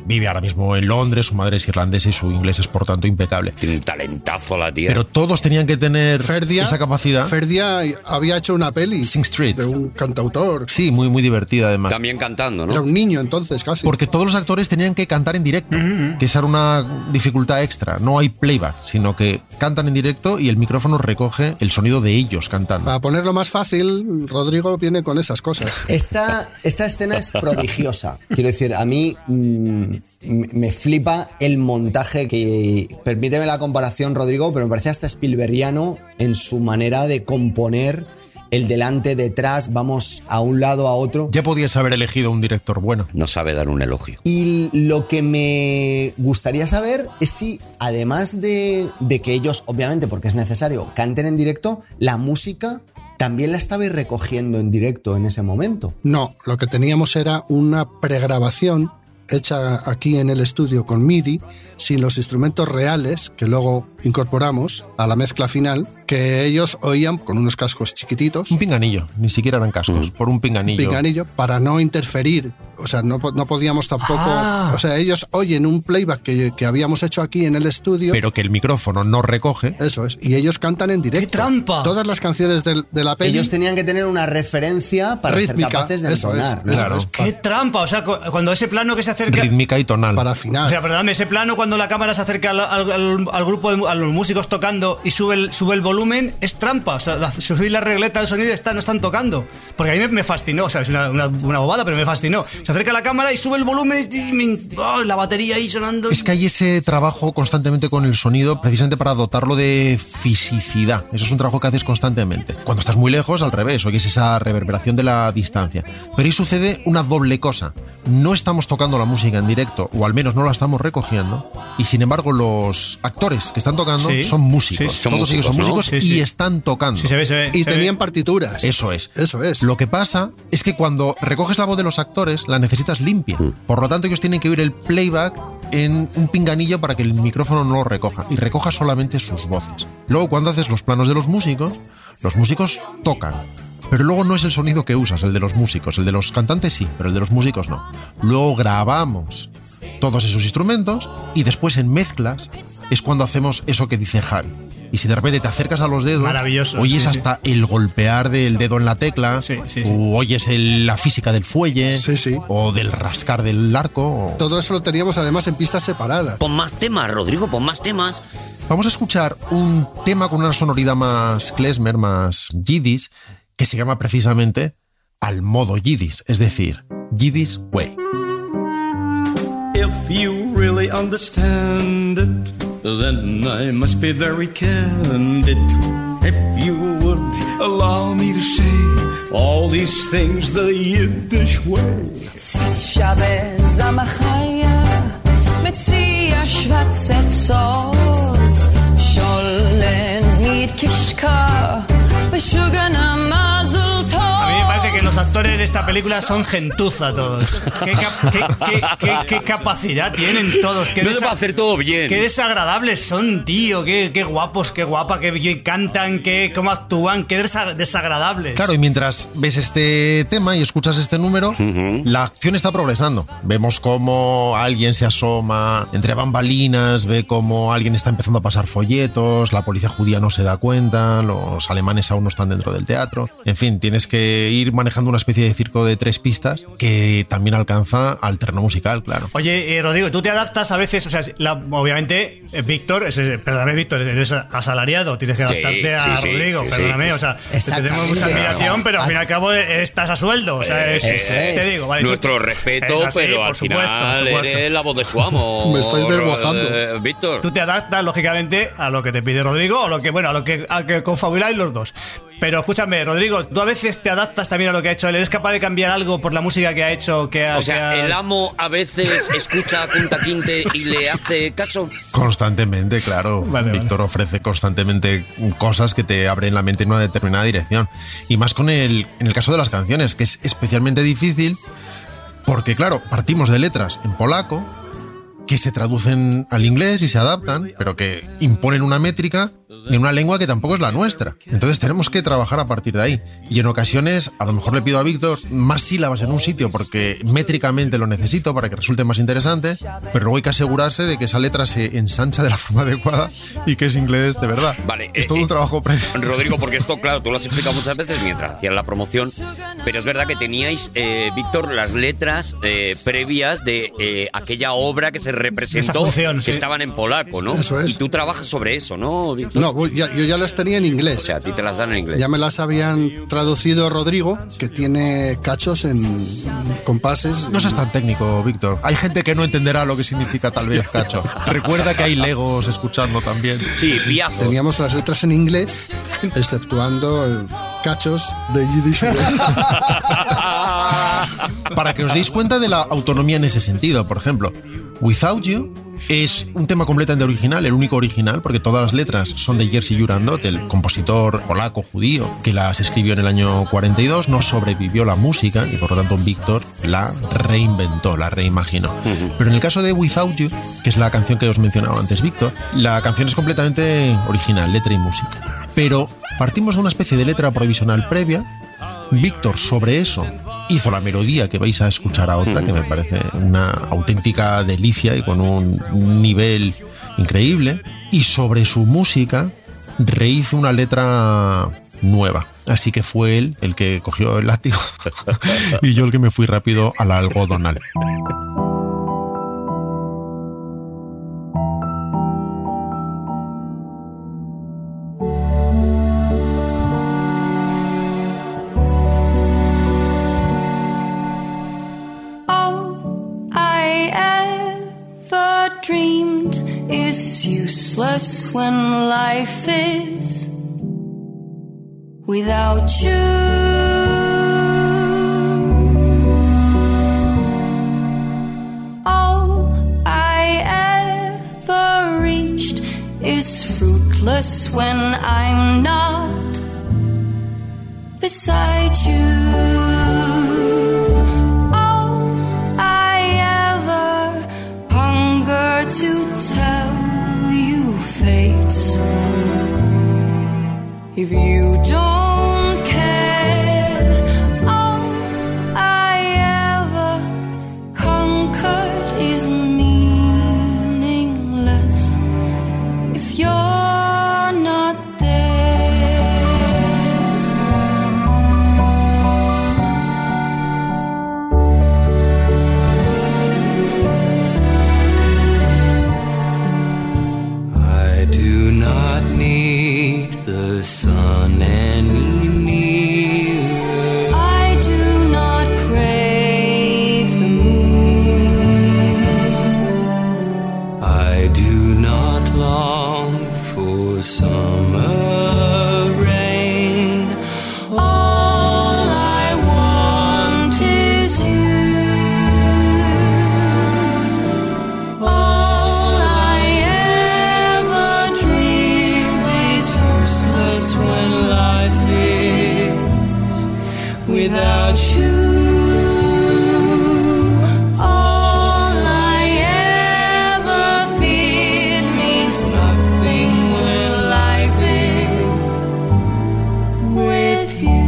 Vive ahora mismo en Londres, su madre es irlandesa y su inglés es por tanto impecable.
Tiene un talentazo la tía.
Pero todos tenían que tener
Ferdia,
esa capacidad.
Ferdia había hecho una peli
de
un cantautor.
Sí, muy, muy divertida además.
También cantando,
Era
¿no?
un niño entonces, casi.
Porque todos los actores tenían que cantar en directo, que esa era una dificultad extra. No hay playback, sino que cantan en directo y el micrófono recoge el sonido de ellos cantando.
Para ponerlo más fácil, Rodrigo viene con esas cosas.
Esta, esta escena es prodigiosa. Quiero decir, a mí mm, me me flipa el montaje que. Permíteme la comparación, Rodrigo, pero me parece hasta Spielbergiano en su manera de componer el delante, detrás, vamos a un lado, a otro.
Ya podías haber elegido un director bueno.
No sabe dar un elogio.
Y lo que me gustaría saber es si, además de, de que ellos, obviamente, porque es necesario, canten en directo, la música también la estabais recogiendo en directo en ese momento.
No, lo que teníamos era una pregrabación hecha aquí en el estudio con MIDI, sin los instrumentos reales que luego incorporamos a la mezcla final, que ellos oían con unos cascos chiquititos.
Un pinganillo, ni siquiera eran cascos, por un pinganillo.
pinganillo para no interferir. O sea, no, po- no podíamos tampoco.
Ah.
O sea, ellos oyen un playback que, que habíamos hecho aquí en el estudio.
Pero que el micrófono no recoge.
Eso es. Y ellos cantan en directo.
trampa!
Todas las canciones del- de, la peli.
Ellos tenían que tener una referencia para
Rítmica,
ser capaces de
eso es,
entonar. ¿no?
eso
Claro.
es.
¡Qué trampa! O sea, cu- cuando ese plano que se acerca.
Rítmica y tonal.
Para afinar.
O sea, perdóname, ese plano cuando la cámara se acerca al, al- al- al grupo, de mu- a los músicos tocando y sube el, sube el volumen, es trampa. O sea, la- subir la regleta del sonido está, no están tocando. Porque a mí me, me fascinó, o sea, es una, una- una bobada, pero me fascinó. Se acerca la cámara y sube el volumen y, y me- oh, la batería ahí sonando.
Es que hay ese trabajo constantemente con el sonido precisamente para dotarlo de fisicidad. Eso es un trabajo que haces constantemente. Cuando estás muy lejos, al revés, oyes esa reverberación de la distancia. Pero ahí sucede una doble cosa. No estamos tocando la música en directo, o al menos no la estamos recogiendo, y sin embargo los actores que están tocando
Sí.
son músicos.
Sí, sí. Son
Todos ellos son
músicos, ¿no?
músicos
Sí, sí.
y están tocando.
Sí, se ve, se ve.
y
se
tenían
ve.
partituras.
Eso es.
Eso es.
Lo que pasa es que cuando recoges la voz de los actores, la necesitas limpia. Por lo tanto, ellos tienen que oír el playback en un pinganillo para que el micrófono no lo recoja y recoja solamente sus voces. Luego, cuando haces los planos de los músicos, los músicos tocan. Pero luego no es el sonido que usas, el de los músicos. El de los cantantes sí, pero el de los músicos no. Luego grabamos todos esos instrumentos y después en mezclas es cuando hacemos eso que dice Javi. Y si de repente te acercas a los dedos,
Maravilloso,
oyes
sí, sí.
hasta el golpear del dedo en la tecla,
Sí, sí, sí.
o oyes el- la física del fuelle,
Sí, sí.
o del rascar del arco. o-
Todo eso lo teníamos además en pistas separadas.
Pon más temas, Rodrigo, pon más temas.
Vamos a escuchar un tema con una sonoridad más klezmer, más yiddish, que se llama precisamente al modo yiddish, es decir, yiddish way.
If you really understand it, then I must be very candid. If you would allow me to say all these things the Yiddish way.
Chavez Amachaya, Metzia schwarze Zoos, Schollen mit Kishka, Beshugana Mazel
A mí
Tov.
me parece que los actores de esta película son gentuza todos. Qué, cap- qué- qué- qué- qué capacidad tienen todos. Qué
No se va a
desa-
hacer todo bien.
Qué desagradables son, tío. Qué, qué guapos, qué guapa, qué bien cantan, qué cómo actúan, qué desa- desagradables.
Claro, y mientras ves este tema y escuchas este número, la acción está progresando. Vemos cómo alguien se asoma entre bambalinas, ve cómo alguien está empezando a pasar folletos, la policía judía no se da cuenta, los alemanes aún no están dentro del teatro. En fin, tienes que ir manejando una especie de circo de tres pistas que también alcanza al terreno musical, claro.
Oye, eh, Rodrigo, tú te adaptas a veces, o sea, la- obviamente, eh, Víctor, es- es- perdóname, Víctor, eres asalariado, tienes que
Sí,
adaptarte a
sí, sí,
Rodrigo,
sí,
perdóname,
sí.
o sea, te
Exactamente. Eh,
tenemos mucha admiración, pero al fin y al cabo eh, estás a sueldo, o sea, es- eh,
Eso
te
es.
digo, vale, tú-
Nuestro respeto,
Es así,
pero
por
al
supuesto, por
final
supuesto.
eres la voz de su amo.
Me estáis desguazando.
eh, Víctor.
Tú te adaptas, lógicamente, a lo que te pide Rodrigo o lo que, bueno, a lo que, a que confabuláis los dos. Pero escúchame, Rodrigo, tú a veces te adaptas también a lo que ha hecho él. ¿Eres capaz de cambiar algo por la música que ha hecho? Que ha-
O
que
sea,
ha-
el amo a veces escucha a Punta Quinte y le hace caso.
Constantemente, claro.
Vale,
Víctor ofrece constantemente cosas que te abren la mente en una determinada dirección. Y más con el, en el caso de las canciones, que es especialmente difícil porque, claro, partimos de letras en polaco que se traducen al inglés y se adaptan, pero que imponen una métrica en una lengua que tampoco es la nuestra. Entonces tenemos que trabajar a partir de ahí. Y en ocasiones, a lo mejor le pido a Víctor más sílabas en un sitio porque métricamente lo necesito para que resulte más interesante, pero luego hay que asegurarse de que esa letra se ensancha de la forma adecuada y que es inglés de verdad.
Vale, eh,
es todo
eh,
un trabajo previo.
Rodrigo, porque esto, claro, tú lo has explicado muchas veces mientras hacían la promoción, pero es verdad que teníais, eh, Víctor, las letras eh, previas de eh, aquella obra que se representó,
Esa función,
que
sí.
estaban en polaco, ¿no?
Eso es.
Y tú trabajas sobre eso, ¿no, Víctor?
No, ya- yo ya las tenía en inglés.
O sea, a ti te las dan en inglés.
Ya me las habían traducido Rodrigo, que tiene cachos en compases.
No seas tan técnico, Víctor. Hay gente que no entenderá lo que significa tal vez cacho. Recuerda que hay legos escuchando también.
Sí, piazo.
Teníamos las letras en inglés, exceptuando eh, cachos de Yiddish.
Para que os deis cuenta de la autonomía en ese sentido, por ejemplo, Without You es un tema completamente original, el único original, porque todas las letras son de Jerzy Jurandot, el compositor polaco judío que las escribió en el año 42, no sobrevivió la música y por lo tanto Víctor la reinventó, la reimaginó. Pero en el caso de Without You, que es la canción que os mencionaba antes Víctor, la canción es completamente original, letra y música. Pero partimos de una especie de letra provisional previa Víctor sobre eso hizo la melodía que vais a escuchar ahora, que me parece una auténtica delicia y con un nivel increíble. Y sobre su música rehizo una letra nueva. Así que fue él el que cogió el látigo y yo el que me fui rápido al algodonal.
All I ever dreamed is useless when life is without you. All I ever reached is fruitless when I'm not beside you. All I ever hunger to tell you fates. If you don't care, all I ever conquered is meaningless. If you're not there.
I do not need the sun any nearer.
I do not crave the moon.
I do not long for summer rain.
All I want is you. All I ever dreamed is useless when life is without you. All I ever feared means nothing when life is with you.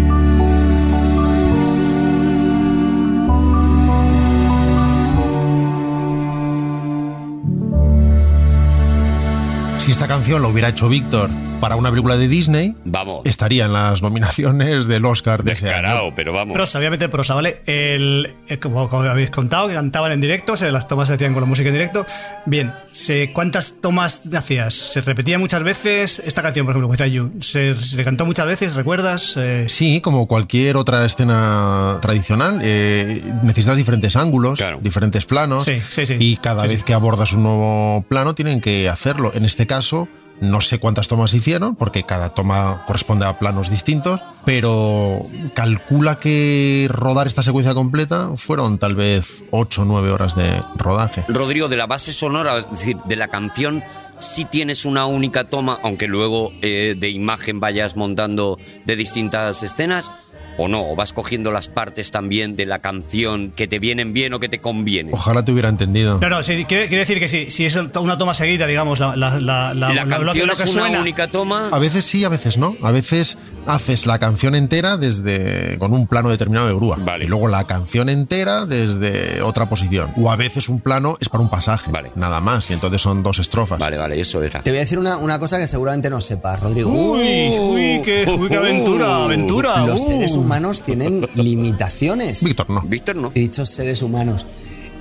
Si esta canción lo hubiera hecho Víctor para una película de Disney,
Vamos.
estaría en las nominaciones del Oscar de ese año.
Carao, pero vamos.
Prosa, voy a meter prosa, ¿vale? El, eh, como, como habéis contado, que cantaban en directo, se, las tomas se hacían con la música en directo. Bien, se, ¿cuántas tomas hacías? ¿Se repetía muchas veces? Esta canción, por ejemplo, Without You, ¿se, se cantó muchas veces? ¿Recuerdas? Eh,
Sí, como cualquier otra escena tradicional, eh, necesitas diferentes ángulos, diferentes planos,
Sí, sí, sí.
y cada
Sí,
vez
sí.
que abordas un nuevo plano tienen que hacerlo. En este caso, no sé cuántas tomas hicieron, porque cada toma corresponde a planos distintos, pero calcula que rodar esta secuencia completa fueron tal vez 8 o 9 horas de rodaje.
Rodrigo, de la base sonora, es decir, de la canción, sí tienes una única toma, aunque luego eh, de imagen vayas montando de distintas escenas, o no, o vas cogiendo las partes también de la canción que te vienen bien o que te convienen.
Ojalá te hubiera entendido.
No, no, sí, quiere, quiere decir que sí, si es una toma seguida, digamos, la, la, la, la-
La
lo- lo que-
canción
lo
es
que
una
suena.
única toma.
A veces sí, a veces no. A veces haces la canción entera desde con un plano determinado de grúa y luego la canción entera desde otra posición. O a veces un plano es para un pasaje, nada más. Y entonces son dos estrofas.
Vale, vale, eso era.
Te voy a decir una, una cosa que seguramente no sepas, Rodrigo.
Uy, uy,
Uh,
qué, uy, qué aventura, aventura.
Los
uh.
seres humanos tienen limitaciones.
Víctor no.
Víctor no.
He dicho seres humanos.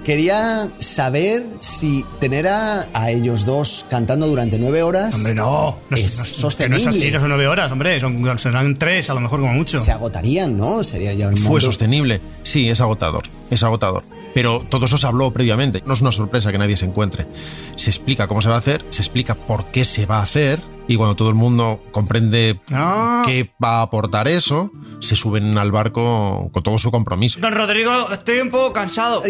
Quería saber si tener a, a ellos dos cantando durante nueve horas.
Hombre, no. no
es
es, no es- que no
sostenible.
es así, no son nueve horas, hombre. Son, serán tres, a lo mejor como mucho. Se
agotarían, ¿no? Sería ya un
Fue sostenible. Sí, es agotador. Es agotador. Pero todo eso se habló previamente. No es una sorpresa que nadie se encuentre. Se explica cómo se va a hacer, se explica por qué se va a hacer. Y cuando todo el mundo comprende qué va a aportar eso, se suben al barco con todo su compromiso.
Don Rodrigo, estoy un poco cansado.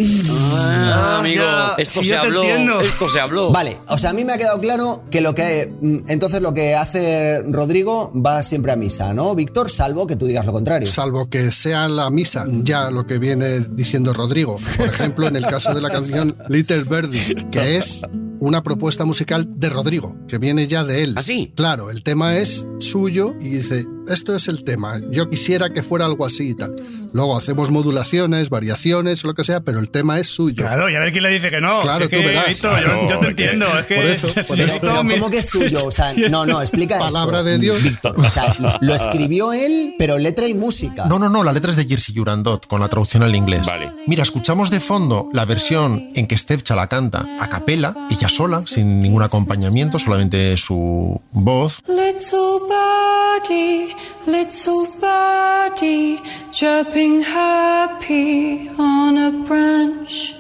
Ah, amigo, esto
si
se
yo te
habló.
entiendo.
Esto se habló.
Vale, o sea, a mí me ha quedado claro que lo que. mm, Entonces lo que hace Rodrigo va siempre a misa, ¿no, Víctor? Salvo que tú digas lo contrario.
Salvo que sea la misa, ya lo que viene diciendo Rodrigo. Por ejemplo, en el caso de la canción Little Birdie, que es una propuesta musical de Rodrigo, que viene ya de él.
¿Así?
Claro, el tema es suyo y dice, esto es el tema, yo quisiera que fuera algo así y tal. Luego hacemos modulaciones, variaciones, lo que sea, pero el tema es suyo.
Claro, y a ver quién le dice que no.
Claro,
Si es
tú
que,
verás.
Víctor, yo-
Claro,
yo, te
es que-
entiendo. Es que
por eso,
si
por eso.
esto
Pero
me-
¿cómo que es suyo? O sea, no, no, explica esto.
Palabra de Dios.
Víctor. O sea, lo escribió él, pero letra y música.
No, no, no, la letra es de Jersey Jurandot, con la traducción al inglés. Vale. Mira, escuchamos de fondo la versión en que Stevcha la canta a capela, ella sola, sin ningún acompañamiento, solamente su voz.
Little birdie, little birdie, chirping happy on a branch.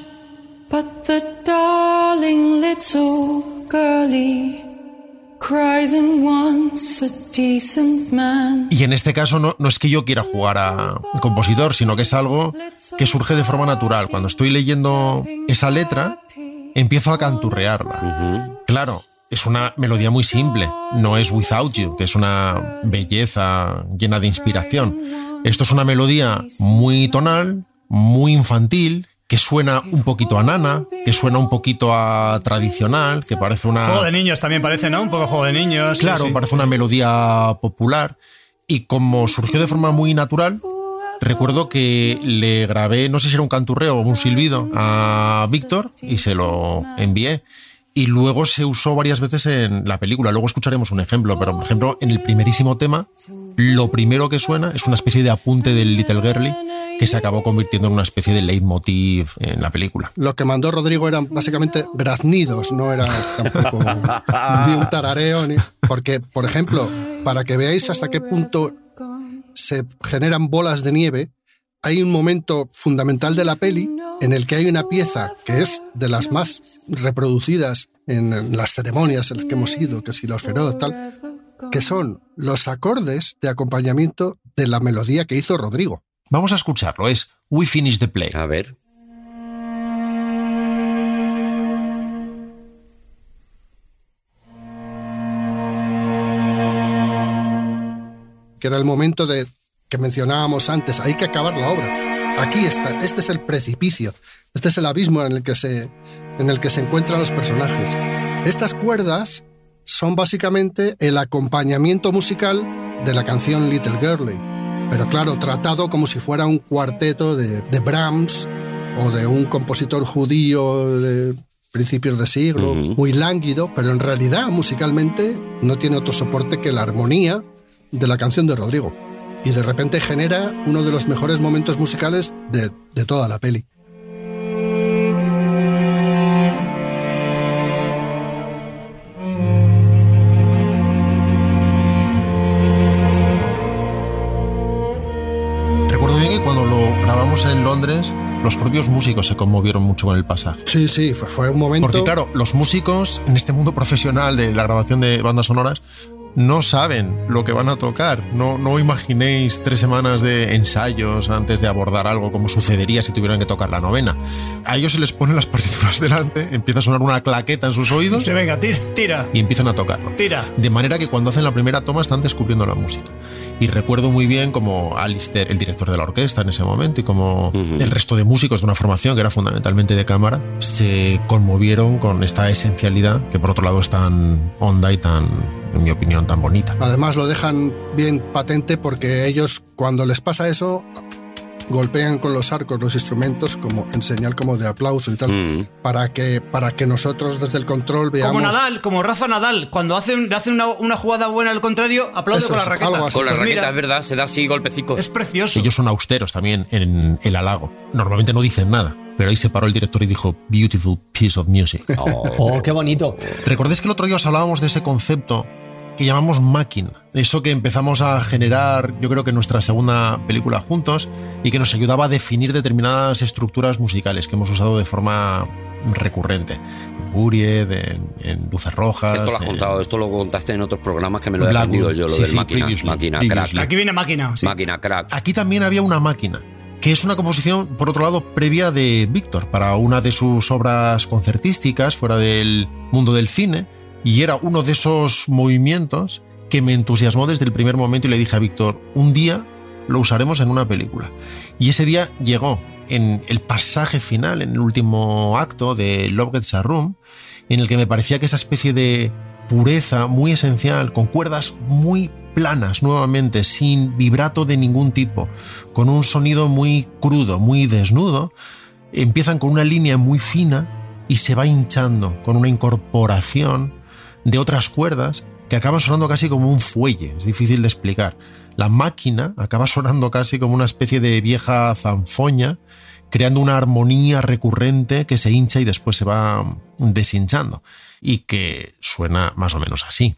But the darling little girlie cries and wants a decent man.
Y en este caso no, no es que yo quiera jugar a compositor, sino que es algo que surge de forma natural. Cuando estoy leyendo esa letra, empiezo a canturrearla. Claro, es una melodía muy simple, no es Without You, que es una belleza llena de inspiración. Esto es una melodía muy tonal, muy infantil, que suena un poquito a nana, que suena un poquito a tradicional, que parece una...
Juego de niños también parece, ¿no? Un poco juego de niños. sí,
Claro,
sí.
parece una melodía popular. Y como surgió de forma muy natural, recuerdo que le grabé, no sé si era un canturreo o un silbido, a Víctor y se lo envié. Y luego se usó varias veces en la película. Luego escucharemos un ejemplo, pero por ejemplo, en el primerísimo tema, lo primero que suena es una especie de apunte del Little Girlie que se acabó convirtiendo en una especie de leitmotiv en la película.
Lo que mandó Rodrigo eran básicamente graznidos, no era tampoco ni un tarareo, ni- porque, por ejemplo, para que veáis hasta qué punto se generan bolas de nieve, hay un momento fundamental de la peli en el que hay una pieza que es de las más reproducidas en las ceremonias en las que hemos ido, que si los feroz, tal, que son los acordes de acompañamiento de la melodía que hizo Rodrigo.
Vamos a escucharlo, es We Finish the Play.
A ver.
que era el momento de que mencionábamos antes, hay que acabar la obra. Aquí está, este es el precipicio, este es el abismo en el que se, en el que se encuentran los personajes. Estas cuerdas son básicamente el acompañamiento musical de la canción Little Girlie, pero claro, tratado como si fuera un cuarteto de, de Brahms o de un compositor judío de principios de siglo, muy lánguido, pero en realidad musicalmente no tiene otro soporte que la armonía de la canción de Rodrigo. Y de repente genera uno de los mejores momentos musicales de, de toda la peli.
Recuerdo bien que cuando lo grabamos en Londres, los propios músicos se conmovieron mucho con el pasaje.
Sí, sí, fue, fue un momento...
Porque claro, los músicos en este mundo profesional de la grabación de bandas sonoras no saben lo que van a tocar. No, no imaginéis tres semanas de ensayos antes de abordar algo como sucedería si tuvieran que tocar la novena. A ellos se les ponen las partituras delante, empieza a sonar una claqueta en sus oídos
Sí, venga, tira, tira,
y empiezan a tocarlo.
tira.
De manera que cuando hacen la primera toma están descubriendo la música. Y recuerdo muy bien como Alistair, el director de la orquesta en ese momento, y como el resto de músicos de una formación que era fundamentalmente de cámara, se conmovieron con esta esencialidad que por otro lado es tan honda y tan, en mi opinión, tan bonita.
Además lo dejan bien patente porque ellos cuando les pasa eso golpean con los arcos los instrumentos como en señal como de aplauso y tal
Mm.
para que para que nosotros desde el control veamos
Como Nadal, como Rafa Nadal, cuando hacen, le hacen una, una jugada buena al contrario, aplaude
Eso
con la
es,
raqueta.
algo así.
Con la
Pues
raqueta,
mira,
es
Pues,
verdad, se da así golpecicos.
Es precioso.
Ellos son austeros también en el halago. Normalmente no dicen nada. Pero ahí se paró el director y dijo, beautiful piece of music.
Oh, qué bonito.
¿Recordáis que el otro día os hablábamos de ese concepto que llamamos Macking? Eso que empezamos a generar, yo creo que en nuestra segunda película juntos, y que nos ayudaba a definir determinadas estructuras musicales que hemos usado de forma recurrente. En Buried, en, en Luces Rojas.
Esto lo has
en-
contado, esto lo contaste en otros programas que me lo he
Blackwood.
aprendido yo, lo
Sí,
del
sí,
máquina,
previously,
máquina,
previously.
crack.
Aquí viene máquina. sí.
Máquina, crack.
Aquí también había una máquina, que es una composición, por otro lado, previa de Víctor para una de sus obras concertísticas fuera del mundo del cine, y era uno de esos movimientos que me entusiasmó desde el primer momento y le dije a Víctor, un día lo usaremos en una película. Y ese día llegó en el pasaje final, en el último acto de Love Gets a Room, en el que me parecía que esa especie de pureza muy esencial, con cuerdas muy planas nuevamente, sin vibrato de ningún tipo, con un sonido muy crudo, muy desnudo, empiezan con una línea muy fina y se va hinchando con una incorporación de otras cuerdas que acaban sonando casi como un fuelle, es difícil de explicar. La máquina acaba sonando casi como una especie de vieja zanfoña, creando una armonía recurrente que se hincha y después se va deshinchando, y que suena más o menos así.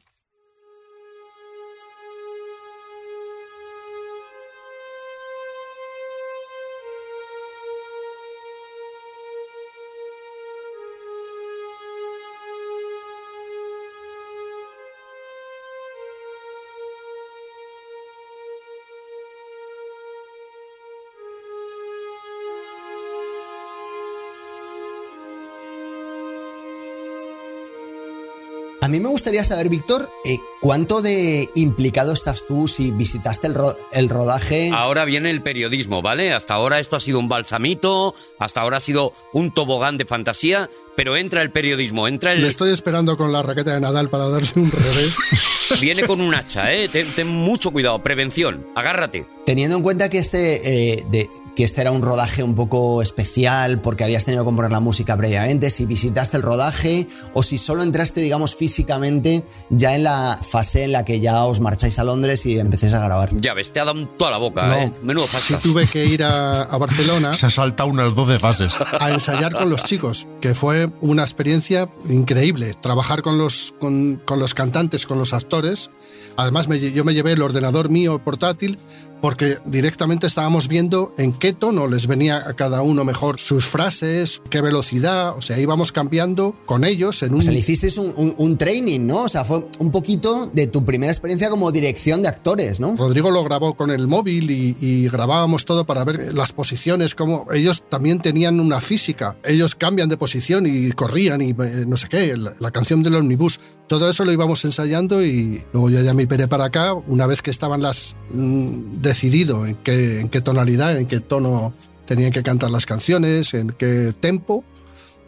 A mí me gustaría saber, Víctor, eh, ¿cuánto de implicado estás tú si visitaste el, ro- el rodaje?
Ahora viene el periodismo, ¿vale? Hasta ahora esto ha sido un balsamito, hasta ahora ha sido un tobogán de fantasía, pero entra el periodismo, entra
Le
el...
estoy esperando con la raqueta de Nadal para darle un revés.
Viene con un hacha, ¿eh? Ten, ten mucho cuidado, prevención, agárrate.
Teniendo en cuenta que este, eh, de- que este era un rodaje un poco especial porque habías tenido que componer la música previamente, si visitaste el rodaje o si solo entraste, digamos, físicamente ya en la fase en la que ya os marcháis a Londres y empecéis a grabar.
Ya ves, te ha dado en toda la boca,
No.
¿eh? Menudo pasta.
Sí tuve que ir a, a Barcelona
Se ha saltado unas 12 fases.
a ensayar con los chicos, que fue una experiencia increíble. Trabajar con los, con, con los cantantes, con los actores. Además, me lle- yo me llevé el ordenador mío portátil porque directamente estábamos viendo en qué tono les venía a cada uno mejor sus frases, qué velocidad. O sea, íbamos cambiando con ellos en un...
O
Mm.
sea, le hicisteis un, un- un training, ¿no? O sea, fue un poquito de tu primera experiencia como dirección de actores, ¿no?
Rodrigo lo grabó con el móvil y, y grabábamos todo para ver las posiciones, como ellos también tenían una física. Ellos cambian de posición y corrían y eh, no sé qué, la, la canción del omnibus. Todo eso lo íbamos ensayando y luego yo ya me piré para acá una vez que estaban las mm, decidido en qué, en qué tonalidad, en qué tono tenían que cantar las canciones, en qué tempo.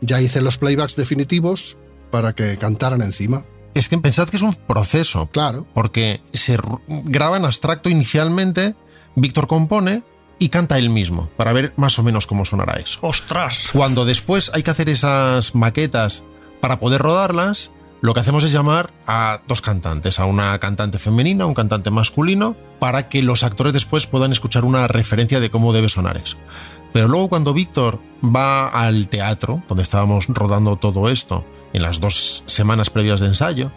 Ya hice los playbacks definitivos para que cantaran encima.
Es que pensad que es un proceso.
Claro.
Porque se ru- graba en abstracto inicialmente, Víctor compone y canta él mismo, para ver más o menos cómo sonará eso.
¡Ostras!
Cuando después hay que hacer esas maquetas para poder rodarlas, lo que hacemos es llamar a dos cantantes, a una cantante femenina, a un cantante masculino, para que los actores después puedan escuchar una referencia de cómo debe sonar eso. Pero luego cuando Víctor va al teatro, donde estábamos rodando todo esto, en las dos semanas previas de ensayo,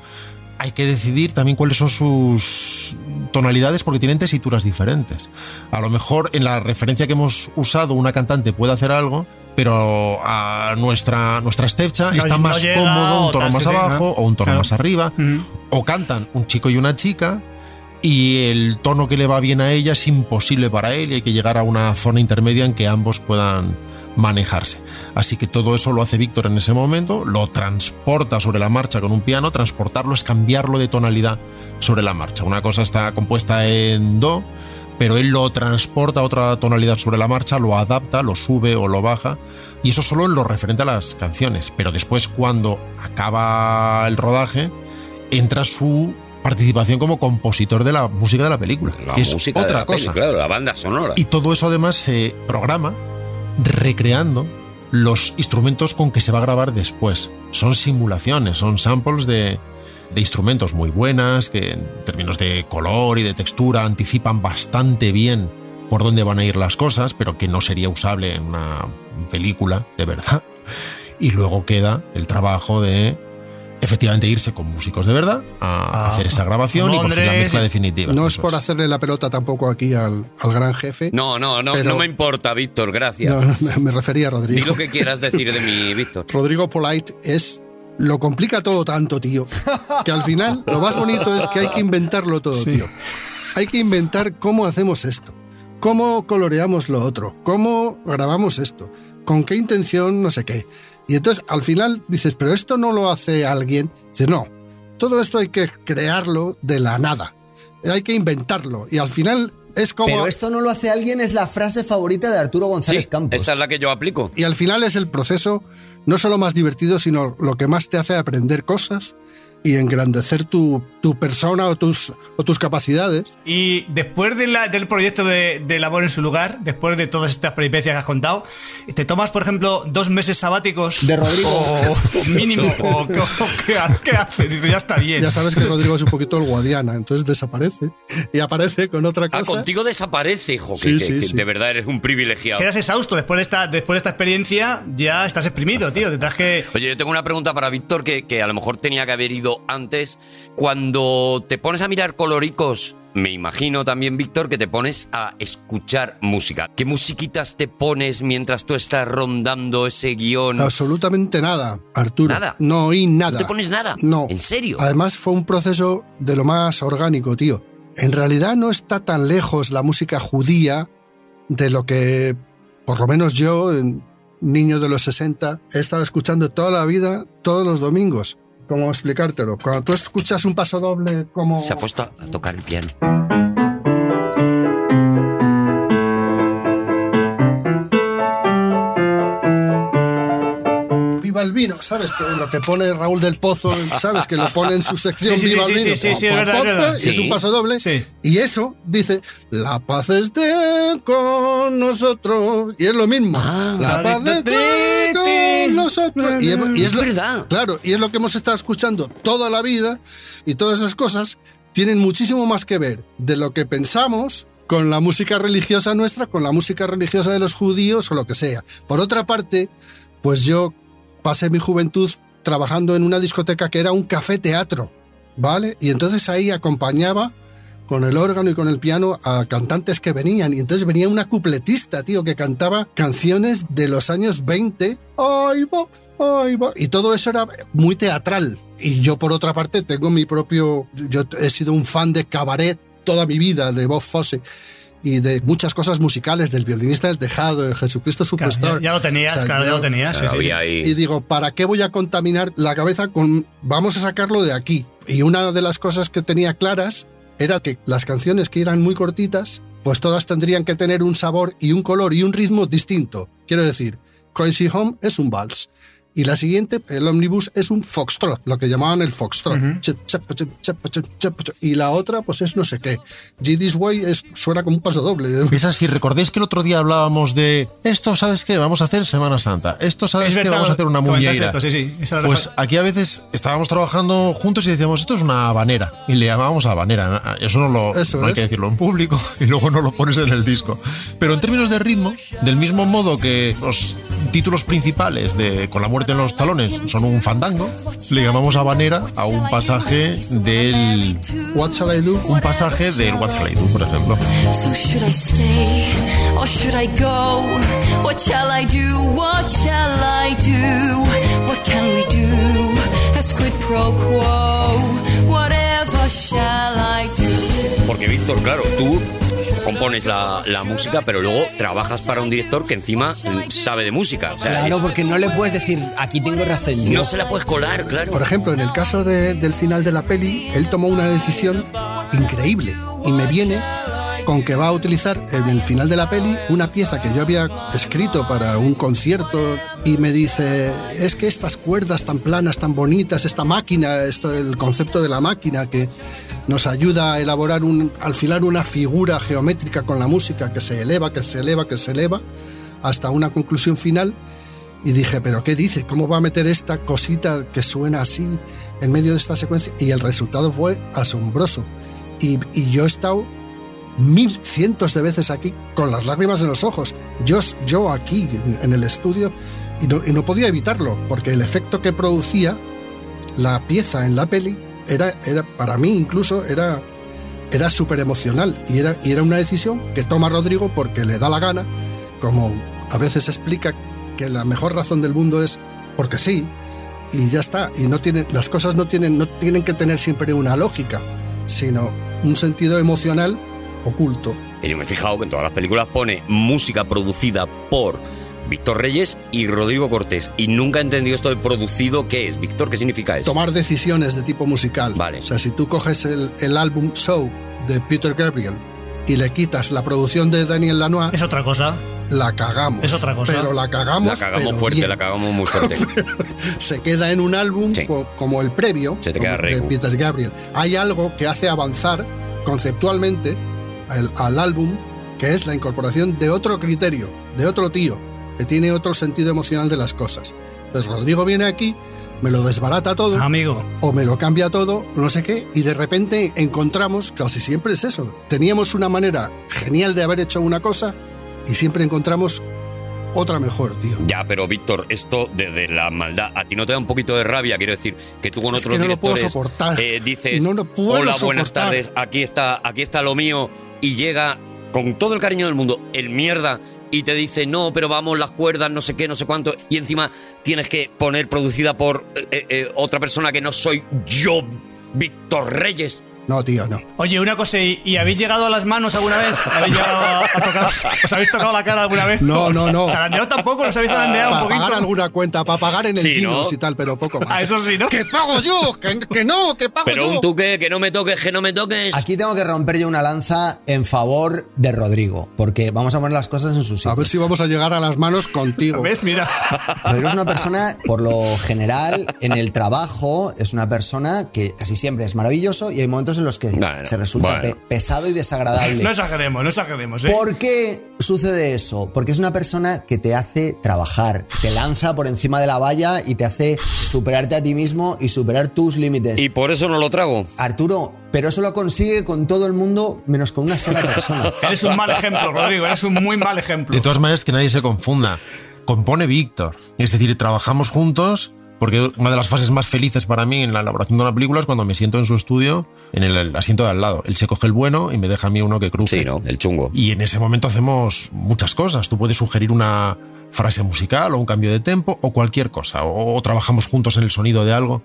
hay que decidir también cuáles son sus tonalidades porque tienen tesituras diferentes. A lo mejor en la referencia que hemos usado una cantante puede hacer algo, pero a nuestra, nuestra estepcha
No,
está
no
más
llega,
cómodo
o
un tono
tal,
más
sí, sí,
abajo
¿no?
o un tono
Claro. Mm.
más arriba,
Mm.
o cantan un chico y una chica y el tono que le va bien a ella es imposible para él y hay que llegar a una zona intermedia en que ambos puedan manejarse. Así que todo eso lo hace Víctor en ese momento, lo transporta sobre la marcha con un piano, transportarlo es cambiarlo de tonalidad sobre la marcha. Una cosa está compuesta en do, pero él lo transporta a otra tonalidad sobre la marcha, lo adapta, lo sube o lo baja, y eso solo en lo referente a las canciones. Pero después cuando acaba el rodaje, entra su participación como compositor de la música de la película,
La
que es
música de
otra
la peli,
cosa.
claro, la banda sonora.
Y todo eso además se programa recreando los instrumentos con que se va a grabar después. Son simulaciones, son samples de, de instrumentos muy buenas, que en términos de color y de textura anticipan bastante bien por dónde van a ir las cosas, pero que no sería usable en una película de verdad. Y luego queda el trabajo de efectivamente irse con músicos de verdad a hacer esa grabación y conseguir la
Londres.
mezcla definitiva.
No es por hacerle la pelota tampoco aquí al, al gran jefe.
No, no, no,
Pero-
no me importa, Víctor, gracias.
No, me- me refería a Rodrigo.
Di lo que quieras decir de mí, Víctor.
Rodrigo Polite es. Lo complica todo tanto, tío. Que al final lo más bonito es que hay que inventarlo todo,
Sí.
tío. Hay que inventar cómo hacemos esto, cómo coloreamos lo otro, cómo grabamos esto, con qué intención, no sé qué. Y entonces al final dices, pero esto no lo hace alguien. Dice, no, todo esto hay que crearlo de la nada. Hay que inventarlo. Y al final es como.
Pero esto no lo hace alguien, es la frase favorita de Arturo González Campos.
Esa es la que yo aplico.
Y al final es el proceso no solo más divertido, sino lo que más te hace aprender cosas y engrandecer tu, tu persona o tus, o tus capacidades.
Y después de la- del proyecto de, de labor en su lugar, después de todas estas peripecias que has contado, ¿te tomas, por ejemplo, dos meses sabáticos?
De Rodrigo.
O, o mínimo. o, o- ¿qué, ha- qué haces? Dices, ya está bien.
Ya sabes que Rodrigo es un poquito el Guadiana, entonces desaparece y aparece con otra
Ah,
cosa.
contigo desaparece, hijo. que-
Sí,
que,
sí,
que
sí.
De verdad eres un privilegiado.
Quedas exhausto después de esta, después de esta experiencia, ya estás exprimido, tío. Tendrás que.
Oye, yo tengo una pregunta para Víctor que, que a lo mejor tenía que haber ido antes. Cuando te pones a mirar coloricos, me imagino también, Víctor, que te pones a escuchar música. ¿Qué musiquitas te pones mientras tú estás rondando ese
Ah,
guión?
Absolutamente nada, Arturo.
Nada.
No oí nada.
¿No te pones nada?
No. Ah,
¿En serio?
Además fue un proceso de lo más orgánico, tío. En realidad no está tan lejos la música judía de lo que, por lo menos yo, en- niño de los 60, he estado escuchando toda la vida, todos los domingos. ¿Cómo explicártelo? Cuando tú escuchas un paso doble como...
Se ha puesto a tocar el piano.
Viva el vino, ¿sabes? Que Lo que pone Raúl del Pozo, ¿sabes? Que lo pone en su sección
Sí, sí,
Viva
sí,
el
sí,
vino.
sí, sí, sí, es
Pom,
verdad,
pom,
es verdad.
pom, y es
Sí.
un paso doble. Y eso dice, la paz esté con nosotros. Y es lo mismo.
Ah,
la paz esté con nosotros. Y es, y
Es
lo-
verdad.
Claro, y es lo que hemos estado escuchando toda la vida. Y todas esas cosas tienen muchísimo más que ver de lo que pensamos con la música religiosa nuestra, con la música religiosa de los judíos o lo que sea. Por otra parte, pues yo pasé mi juventud trabajando en una discoteca que era un café teatro, ¿vale? Y entonces ahí acompañaba con el órgano y con el piano a cantantes que venían. Y entonces venía una cupletista, tío, que cantaba canciones de los años 20. ¡Ay, va! ¡Ay, va! Y todo eso era muy teatral. Y yo, por otra parte, tengo mi propio... Yo he sido un fan de cabaret toda mi vida, de Bob Fosse. Y de muchas cosas musicales, del violinista del tejado, de Jesucristo Superstar.
ya- ya lo tenías, claro, ya lo tenías, sí, Claro, sí. había ahí.
Y digo, ¿para qué voy a contaminar la cabeza con... Vamos a sacarlo de aquí. Y una de las cosas que tenía claras era que las canciones que eran muy cortitas, pues todas tendrían que tener un sabor y un color y un ritmo distinto. Quiero decir, Cozy Home es un vals. Y la siguiente, el Omnibus, es un foxtrot, lo que llamaban el foxtrot. Chep, chep, chep, chep, chep, chep, chep. Y la otra, pues es no sé qué. G This Way es, suena como un paso doble.
Es así, recordéis que el otro día hablábamos de esto, ¿sabes qué? Vamos a hacer Semana Santa. Esto, ¿sabes
Es
qué?
verdad,
Vamos a hacer una
comentaste
muñeira.
esto, sí, sí, esa era la
Pues
frase.
aquí a veces estábamos trabajando juntos y decíamos, esto es una habanera. Y le llamábamos habanera. Eso no lo
Eso
no hay
es.
que decirlo en público y luego no lo pones en el disco. Pero en términos de ritmo, del mismo modo que los títulos principales de Con la muerte en los talones son un fandango, le llamamos habanera a un pasaje del...
What Shall I Do?
Un pasaje del What Shall I Do, por ejemplo.
So should I stay or should I go? What shall I do? What shall I do? What can we do? As quid pro quo. Whatever shall I do?
Porque, Víctor, claro, tú compones la, la música, pero luego trabajas para un director que encima mm, sabe de música. O sea,
Claro,
es-
porque no le puedes decir, aquí tengo razón. yo".
no se la puedes colar, claro.
Por ejemplo, en el caso de- del final de la peli, él tomó una decisión increíble y me viene con que va a utilizar en el final de la peli una pieza que yo había escrito para un concierto y me dice, es que estas cuerdas tan planas, tan bonitas, esta máquina, esto, el concepto de la máquina que nos ayuda a elaborar un, al final una figura geométrica con la música que se eleva, que se eleva, que se eleva hasta una conclusión final y dije, ¿pero qué dice? ¿Cómo va a meter esta cosita que suena así en medio de esta secuencia? Y el resultado fue asombroso. Y, y yo he estado mil cientos de veces aquí con las lágrimas en los ojos. Yo, yo aquí en el estudio y no, y no podía evitarlo porque el efecto que producía la pieza en la peli era, era para mí incluso era era súper emocional y era, y era una decisión que toma Rodrigo porque le da la gana, como a veces explica que la mejor razón del mundo es porque sí y ya está y no tienen las cosas no tienen no tienen que tener siempre una lógica, sino un sentido emocional oculto.
Y yo me he fijado que en todas las películas pone música producida por Víctor Reyes y Rodrigo Cortés. Y nunca he entendido esto de producido. ¿Qué es, Víctor? ¿Qué significa eso?
Tomar decisiones de tipo musical.
Vale.
O sea, si tú coges el, el álbum Show de Peter Gabriel y le quitas la producción de Daniel Lanois.
Es otra cosa.
La cagamos.
Es otra cosa.
Pero la cagamos.
La cagamos
pero
fuerte,
bien.
la cagamos muy fuerte.
Se queda en un álbum co- como el previo
Se te queda
como- de
rico.
Peter Gabriel. Hay algo que hace avanzar conceptualmente al- al álbum, que es la incorporación de otro criterio, de otro tío, que tiene otro sentido emocional de las cosas. Entonces Rodrigo viene aquí, me lo desbarata
Pues
todo.
Amigo.
O me lo cambia todo, no sé qué, y de repente encontramos, casi siempre es eso, teníamos una manera genial de haber hecho una cosa y siempre encontramos otra mejor, tío.
ya, pero Víctor, esto desde la maldad, ¿a ti no te da un poquito de rabia? Quiero decir, que tú con
Es
otros
que no lo puedo
directores
soportar.
eh, dices,
No lo puedo
hola, buenas
soportar".
tardes, aquí está, aquí está lo mío, y llega con todo el cariño del mundo el mierda y te dice, no, pero vamos, las cuerdas, no sé qué, no sé cuánto, y encima tienes que poner producida por eh, eh, otra persona que no soy yo, Víctor Reyes.
No, tío, no.
Oye, una cosa, ¿y, y habéis llegado a las manos alguna vez? ¿Habéis llegado a, a tocar- ¿Os habéis tocado la cara alguna vez?
No, no, no.
¿Zarandeado tampoco? ¿Os habéis zarandeado un
Para
poquito?
pagar alguna cuenta, para pagar en el
Sí,
chinos
¿no?
y tal, pero poco más.
Ah, eso sí, ¿no?
¡Que pago yo! ¡Que, que no! ¡Que pago
Pero
yo!
un tuque, que no me toques, que no me toques.
Aquí tengo que romper yo una lanza en favor de Rodrigo, porque vamos a poner las cosas en su sitio.
A ver si vamos a llegar a las manos contigo.
¿Ves? Mira.
Rodrigo es una persona, por lo general, en el trabajo, es una persona que casi siempre es maravilloso y hay momentos en los que se resulta
bueno.
pe- pesado y desagradable.
No exageremos, no exageremos, ¿eh?
¿Por qué sucede eso? Porque es una persona que te hace trabajar, te lanza por encima de la valla y te hace superarte a ti mismo y superar tus límites.
Y por eso no lo trago.
Arturo, pero eso lo consigue con todo el mundo menos con una sola persona.
Eres un mal ejemplo, Rodrigo, eres un muy mal ejemplo.
De todas maneras, que nadie se confunda. Compone Víctor. Es decir, trabajamos juntos. Porque una de las fases más felices para mí en la elaboración de una película es cuando me siento en su estudio, en el, el asiento de al lado. Él se coge el bueno y me deja a mí uno que cruce.
Sí, ¿no? El chungo.
Y en ese momento hacemos muchas cosas. Tú puedes sugerir una frase musical o un cambio de tempo o cualquier cosa. O, o trabajamos juntos en el sonido de algo.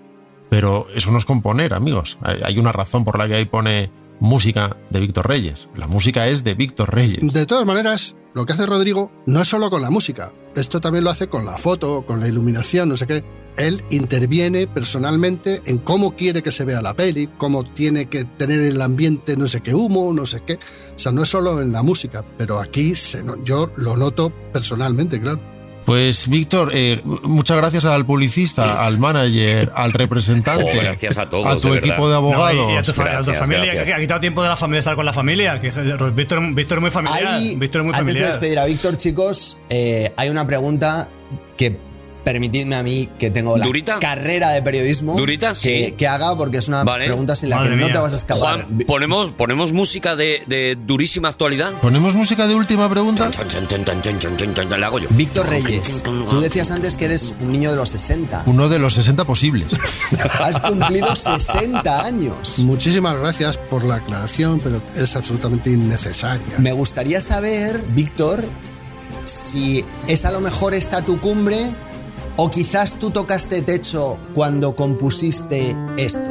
Pero eso no es componer, amigos. Hay, hay una razón por la que ahí pone música de Víctor Reyes. La música es de Víctor Reyes.
De todas maneras, lo que hace Rodrigo no es solo con la música, esto también lo hace con la foto, con la iluminación, no sé qué. Él interviene personalmente en cómo quiere que se vea la peli, cómo tiene que tener el ambiente, no sé qué humo, no sé qué. O sea, no es solo en la música, pero aquí se no- yo lo noto personalmente, claro.
Pues Víctor, eh, muchas gracias al publicista, al manager, al representante,
Oh, gracias a todos,
a tu
de verdad.
equipo de abogados.
No, y- y a tu, fa- a tu
Gracias,
familia,
gracias.
que ha quitado tiempo de la familia estar con la familia. Que Víctor, Víctor es muy familiar.
Hay-
Víctor es muy
antes de
familiar.
despedir a Víctor, chicos, eh, hay una pregunta que permitidme a mí, que tengo la
¿Durita?
carrera de periodismo,
¿Durita?
que,
Sí.
que haga, porque es una
Vale.
pregunta sin la que no te vas a escapar.
Juan, ponemos, ponemos música de, de durísima actualidad.
Pues
¿Ponemos música de última pregunta?
La hago yo.
Víctor Reyes, tú decías antes que eres un niño de los 60.
Uno de los 60 posibles.
Has cumplido 60 años.
Muchísimas gracias por la aclaración, pero es absolutamente innecesaria.
Me gustaría saber, Víctor, si es a lo mejor esta tu cumbre o quizás tú tocaste techo cuando compusiste esto.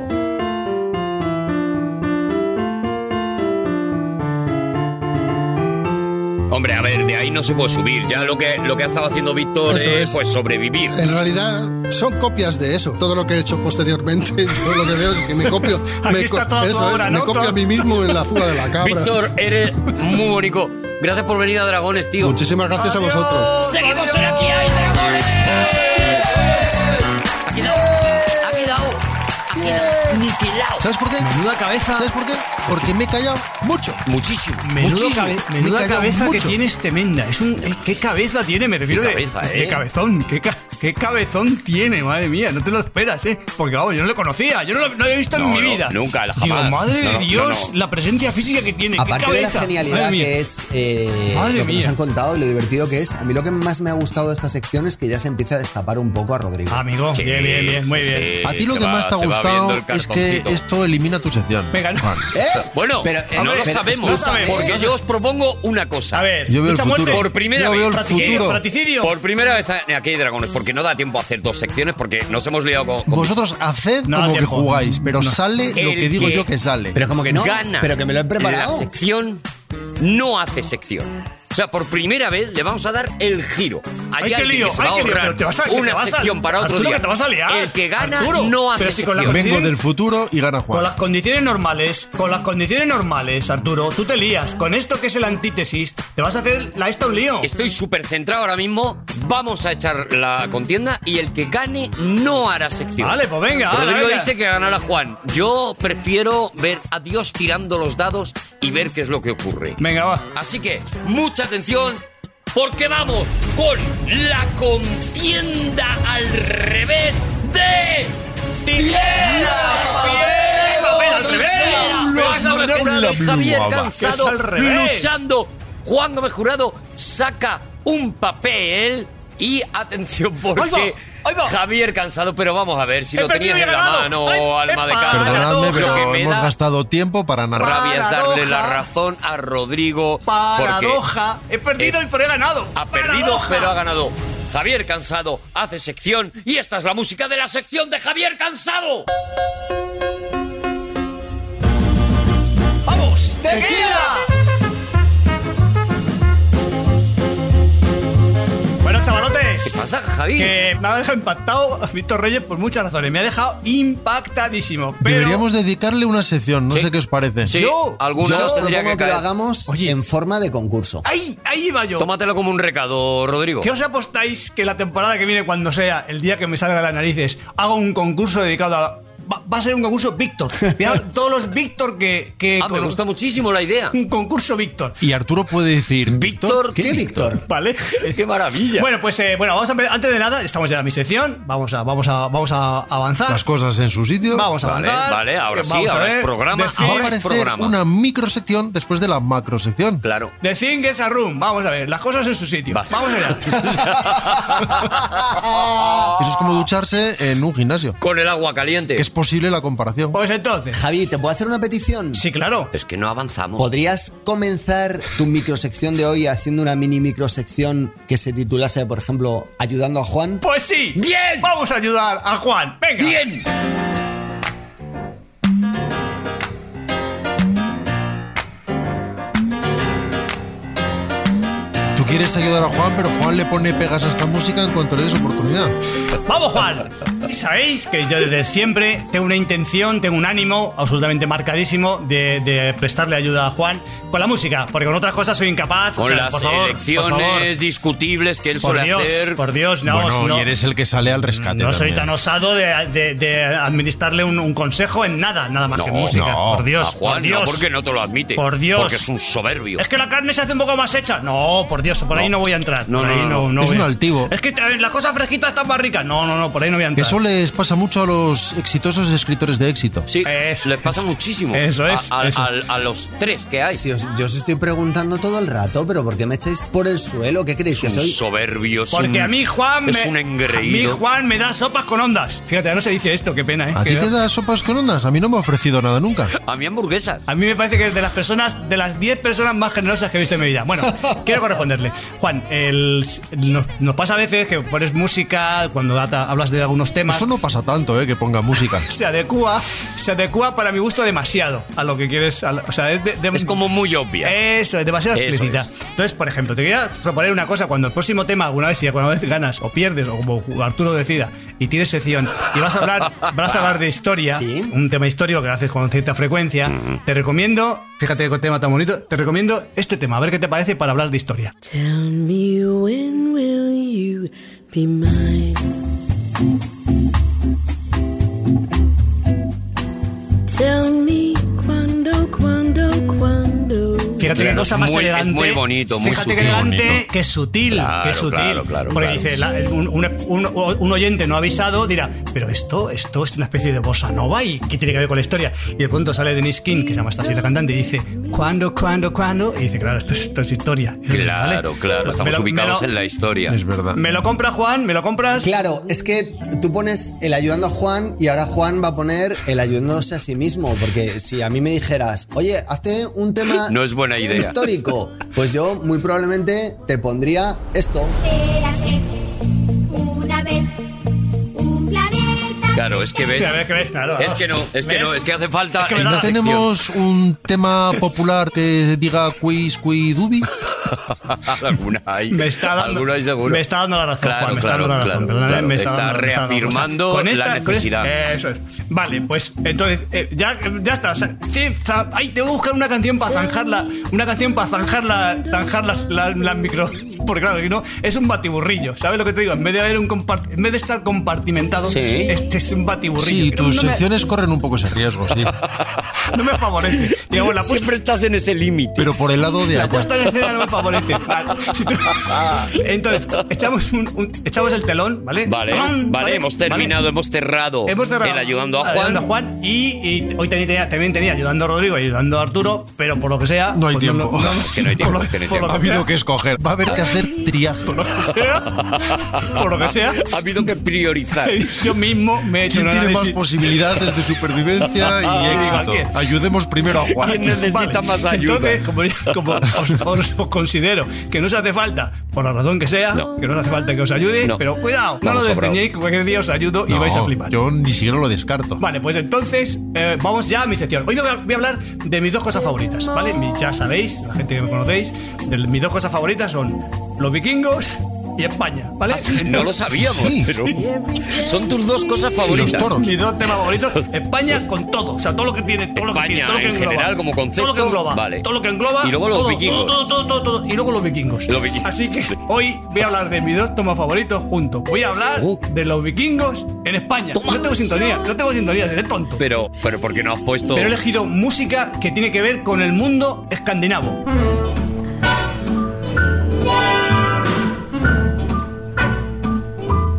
Hombre, a ver, de ahí no se puede subir. Ya lo que, lo que ha estado haciendo Víctor
Eso
es,
es.
pues sobrevivir.
En realidad son copias de eso. Todo lo que he hecho posteriormente, yo lo que veo es que me copio,
Aquí
me,
está
co-
toda tu
eso es,
obra,
me
¿no?
copio
Todo-
a mí mismo en la fuga de la cabra.
Víctor, eres muy bonito. Gracias por venir a Dragones, tío.
Muchísimas gracias a vosotros.
Seguimos en aquí hay dragones. Aquí dao, aquí dao, aquí dao, aniquilao.
¿Sabes por qué?
Menuda cabeza.
¿Sabes por qué? Porque me he callado mucho.
Muchísimo.
Menudo
muchísimo.
cabe-
Me he
menuda
callado
cabeza que
mucho.
tienes tremenda. Es un, eh, ¿Qué cabeza tiene? Me refiero de-
cabeza,
de,
eh.
cabezón. ¿Qué, ca- qué cabezón tiene? Madre mía, no te lo esperas, ¿eh? Porque vamos, yo no lo conocía. Yo no lo, no lo había visto
No,
en mi
no,
vida.
nunca, jamás.
Digo, madre
No,
de
no,
Dios,
no, no.
la presencia física que tiene.
Aparte
¿Qué
de
cabeza?
la genialidad
Madre mía.
que es eh,
Madre
lo que nos
mía.
han contado y lo divertido que es, a mí lo que más me ha gustado de esta sección es que ya se empieza a destapar un poco a Rodrigo.
Amigo, bien, bien, bien, muy bien.
Eh,
A ti lo que más te ha gustado es que esto elimina tu sección.
Venga, no.
Bueno,
Pero, eh,
no
hombre,
lo
pero
sabemos,
escúchame,
porque
¿eh?
yo os propongo una cosa.
A ver,
Yo veo el mucha muerte. futuro.
Por primera
Yo
vez.
veo el Fratricidio, futuro. fratricidio.
Por primera vez a- aquí hay dragones, porque no da tiempo a hacer dos secciones, porque nos hemos liado con. con-
Vosotros haced
No da
como que
tiempo.
jugáis, pero
No.
sale lo
El
que digo
que-
yo que sale.
Pero como que no, Gana. pero que me lo he preparado. La sección no hace sección. O sea, por primera vez le vamos a dar el giro. Hay
Ay, qué
alguien
lío,
que se va
ay,
a
qué lío, pero
ahorrar
te vas a- que
una
te vas a-
sección para otro
Arturo,
día.
que te vas a liar.
El que gana
Arturo,
no hace
pero si con la
sección.
Vengo del futuro y gana
Con
Juan.
las condiciones normales, con las condiciones normales, Arturo, tú te lías. Con esto que es el antítesis, te vas a hacer la esta un lío.
Estoy súper centrado ahora mismo. Vamos a echar la contienda y el que gane no hará sección.
Vale, pues venga,
Rodrigo
ala, venga.
dice que ganará Juan. Yo prefiero ver a Dios tirando los dados y ver qué es lo que ocurre.
Venga, va.
Así que, mucha atención, porque vamos con la contienda al revés de.
papel al revés!
Vas a ver una vez Javier Cansado
Es al revés.
luchando. Juan Gómez Jurado saca un papel y atención porque Javier Cansado, pero vamos a ver si lo tenías en la mano, alma de cara. Lo
Perdonadme,
que
pero
me
hemos
da
gastado tiempo para narrar.
rabia es darle la razón a Rodrigo porque
Paradoja. He perdido y pero he ganado.
ha perdido pero ha ganado. Javier Cansado hace sección y esta es la música de la sección de Javier Cansado.
¡Vamos! Bueno, chavalotes. ¿Qué
pasa, Javi?
Que me ha dejado impactado Víctor Reyes por muchas razones. Me ha dejado impactadísimo. Pero
Deberíamos dedicarle una sección, no sé qué os parece.
Yo-
alguna
yo
nos tendría
propongo
que
que, lo
caer.
hagamos en forma de concurso.
ahí, ahí iba yo.
Tómatelo como un recado, Rodrigo.
¿Qué os apostáis que la temporada que viene, cuando sea, el día que me salga de las narices, hago un concurso dedicado a. Va, va a ser un concurso Víctor. Voy a- Todos los Víctor que. que
Ah, me
con-
gusta muchísimo la idea.
Un concurso Víctor.
Y Arturo puede decir, Víctor, ¿qué, Víctor?
¿Vale?
¡Qué maravilla!
Bueno, pues eh, bueno, vamos a empe- antes de nada, estamos ya en mi sección. Vamos a, vamos a, vamos a avanzar.
Las cosas en su sitio.
Vamos a
Vale,
avanzar.
vale, ahora
que
sí,
vamos a
ahora es
ver.
programa,
Decir-
ahora es
Hacer
programa.
una microsección después de la macrosección.
Claro.
The thing gets a room. Vamos a ver, las cosas en su sitio. Vamos allá.
Eso es como ducharse en un gimnasio.
Con el agua caliente.
Que es posible la comparación.
pues entonces.
Javi, ¿te puedo hacer una petición?
Sí, claro.
Es que no avanzamos.
¿Podrías comenzar tu microsección de hoy haciendo una mini microsección que se titulase, por ejemplo, Ayudando a Juan?
Pues sí.
¡Bien!
Vamos a ayudar a Juan. Venga.
¡Bien!
Tú quieres ayudar a Juan, pero Juan le pone pegas a esta música en cuanto le des oportunidad.
¡Vamos, Juan! Sabéis que yo desde siempre tengo una intención, tengo un ánimo absolutamente marcadísimo de, de prestarle ayuda a Juan con la música, porque con otras cosas soy incapaz.
Con
O sea,
las
por favor, por favor.
elecciones discutibles que él
Por
suele
Dios,
hacer.
por Dios, no,
bueno,
no, Mm,
y eres el que sale al rescate.
no soy
también.
tan osado de, de- de administrarle un, un consejo en nada, nada más
No,
que música.
no.
por Dios,
A Juan
por Dios.
no, porque no te lo admite.
Por Dios.
Porque es un soberbio.
Es que la carne se hace un poco más hecha. No, por Dios, por ahí no voy a entrar.
No,
por
no,
ahí
no, no.
Es
voy
un
a-
altivo.
Es que a ver, las cosas fresquitas están más ricas. No, no, no, por ahí no voy a entrar.
Eso les pasa mucho a los exitosos escritores de éxito.
Sí, les pasa muchísimo.
Eso es,
A, a-
eso.
a- a los tres que hay.
Si os- yo os estoy preguntando todo el rato, pero ¿por qué me echáis por el suelo? ¿Qué creéis que
Es un
soy?
soberbio. es un-
Porque a mí Juan me,
Es un engreído.
A mí Juan me da sopas con ondas. Fíjate, ahora no se dice esto, qué pena, ¿eh?
¿A ti
Que-
te da sopas con ondas? A mí no me ha ofrecido nada nunca.
A mí hamburguesas.
a mí me parece que es de las personas, de las 10 personas más generosas que he visto en mi vida. Bueno, quiero corresponderle. Juan, el- nos, nos pasa a veces que pones música cuando data- hablas de algunos temas.
Eso no pasa tanto, ¿eh? Que ponga música.
Se adecua, se adecua para mi gusto demasiado a lo que quieres. a lo- o sea, es, de- de-
Es como muy obvia.
Eso, es demasiado
Eso
explícita.
es.
Entonces, por ejemplo, te quería proponer una cosa. Cuando el próximo tema, alguna vez, si alguna vez ganas o pierdes, o como Arturo decida, y tienes sección, y vas a hablar, vas a hablar de historia,
Sí.
un tema histórico que lo haces con cierta frecuencia,
Mm.
te recomiendo, fíjate qué tema tan bonito, te recomiendo este tema, a ver qué te parece para hablar de historia.
Tell me when will you be mine? Tell
cosa
es
más
muy- es
elegante.
muy bonito, muy
Fíjate que
sutil.
elegante,
Bonito.
que es sutil,
Claro,
que es sutil.
claro, claro,
Porque
claro.
dice, la- un, un- un- un oyente no avisado dirá, pero esto, esto es una especie de bossa nova y ¿qué tiene que ver con la historia? Y de pronto sale Denise King, que se llama esta así la cantante, y dice, ¿cuándo, cuándo, cuándo? Y dice, claro, esto es, esto es historia.
Claro, claro, estamos
Me lo-
ubicados
me lo-
en la historia.
Es verdad.
¿Me lo compra Juan? ¿Me lo compras?
Claro, es que tú pones el ayudando a Juan y ahora Juan va a poner el ayudándose a sí mismo. Porque si a mí me dijeras, oye, hazte un tema
No es buena idea.
histórico, pues yo muy probablemente te pondría esto.
Érase una vez un planeta.
Claro, es que ves.
Claro, es que ves, claro,
Es que no, es que no, es que hace falta.
Es que me
esta
¿No
sección.
tenemos un tema popular que diga quis quidubi?
alguna hay.
Me está dando,
alguna hay seguro.
me está dando la razón,
Claro,
Juan. Me
claro,
está dando la razón.
claro,
perdóname,
claro.
me está,
Está
dando- me está dando-
reafirmando
o sea, con esta-
la
con esta-
necesidad.
eso es. Vale, pues entonces, eh, ya, ya está. o sea, sí, za- ay, tengo que buscar una canción para zanjarla. Una canción para zanjarla, zanjar las, las- las micro. Porque claro, si no, es un batiburrillo. ¿Sabes lo que te digo? En vez de, haber un compart- en vez de estar compartimentado,
Sí.
este es un batiburrillo.
Sí,
que no-
tus
no me-
secciones corren un poco ese riesgo, sí.
no me favorece. Digo, la puesta-
Siempre estás en ese límite.
Pero por el lado de
La
allá.
puesta en escena no me favorece. Vale, si tú- Entonces, echamos, un- un- echamos el telón, ¿vale?
Vale,
Telón,
vale, hemos terminado, hemos cerrado.
Hemos cerrado.
El ayudando a
Ayudando
Juan.
y, y hoy tenía- tenía- también tenía ayudando a Rodrigo y ayudando a Arturo, pero por lo que sea. pues No hay tiempo.
Es que no hay tiempo, es que no hay
por
tiempo.
lo
Ha habido que escoger. Va a haber que hacer triaje.
por lo que sea.
Ha habido que priorizar.
yo mismo me he hecho
¿Quién
un
tiene más
análisis.
posibilidades de supervivencia y éxito?
Cualquier.
Ayudemos primero a Juan.
Vale. Entonces, como, ya- como os, os- os considero que no os hace falta, por la razón que sea, que no os hace falta que os ayude,
No.
pero cuidado, no,
Vamos
lo
sobrado.
desdeñéis, que cualquier día os ayudo y
No,
vais a flipar.
Yo ni siquiera lo descarto.
Vale, pues entonces eh, vamos ya a mi sección. Hoy voy a, voy a hablar de mis dos cosas favoritas, ¿vale? Mi- ya sabéis, la gente que me conocéis, de mis dos cosas favoritas son los vikingos y España, ¿vale?
No lo sabíamos, Sí. pero son tus dos cosas favoritas. Y los toros.
Mis dos temas favoritos. España con todo, o sea, todo lo que tiene, todo lo que tiene,
España,
todo lo que
en
engloba.
general, como
Todo lo que
concepto,
engloba.
vale.
Todo lo que engloba.
Y luego los
todo,
vikingos.
todo, todo, todo, todo, Y luego los vikingos.
Los vikingos.
Así que hoy voy a hablar de mis dos temas favoritos juntos. Voy a hablar
Uh.
de los vikingos en España. No tengo sintonía, no tengo sintonía, seré tonto.
Pero, pero ¿por qué no has puesto?
Pero he elegido música que tiene que ver con el mundo escandinavo.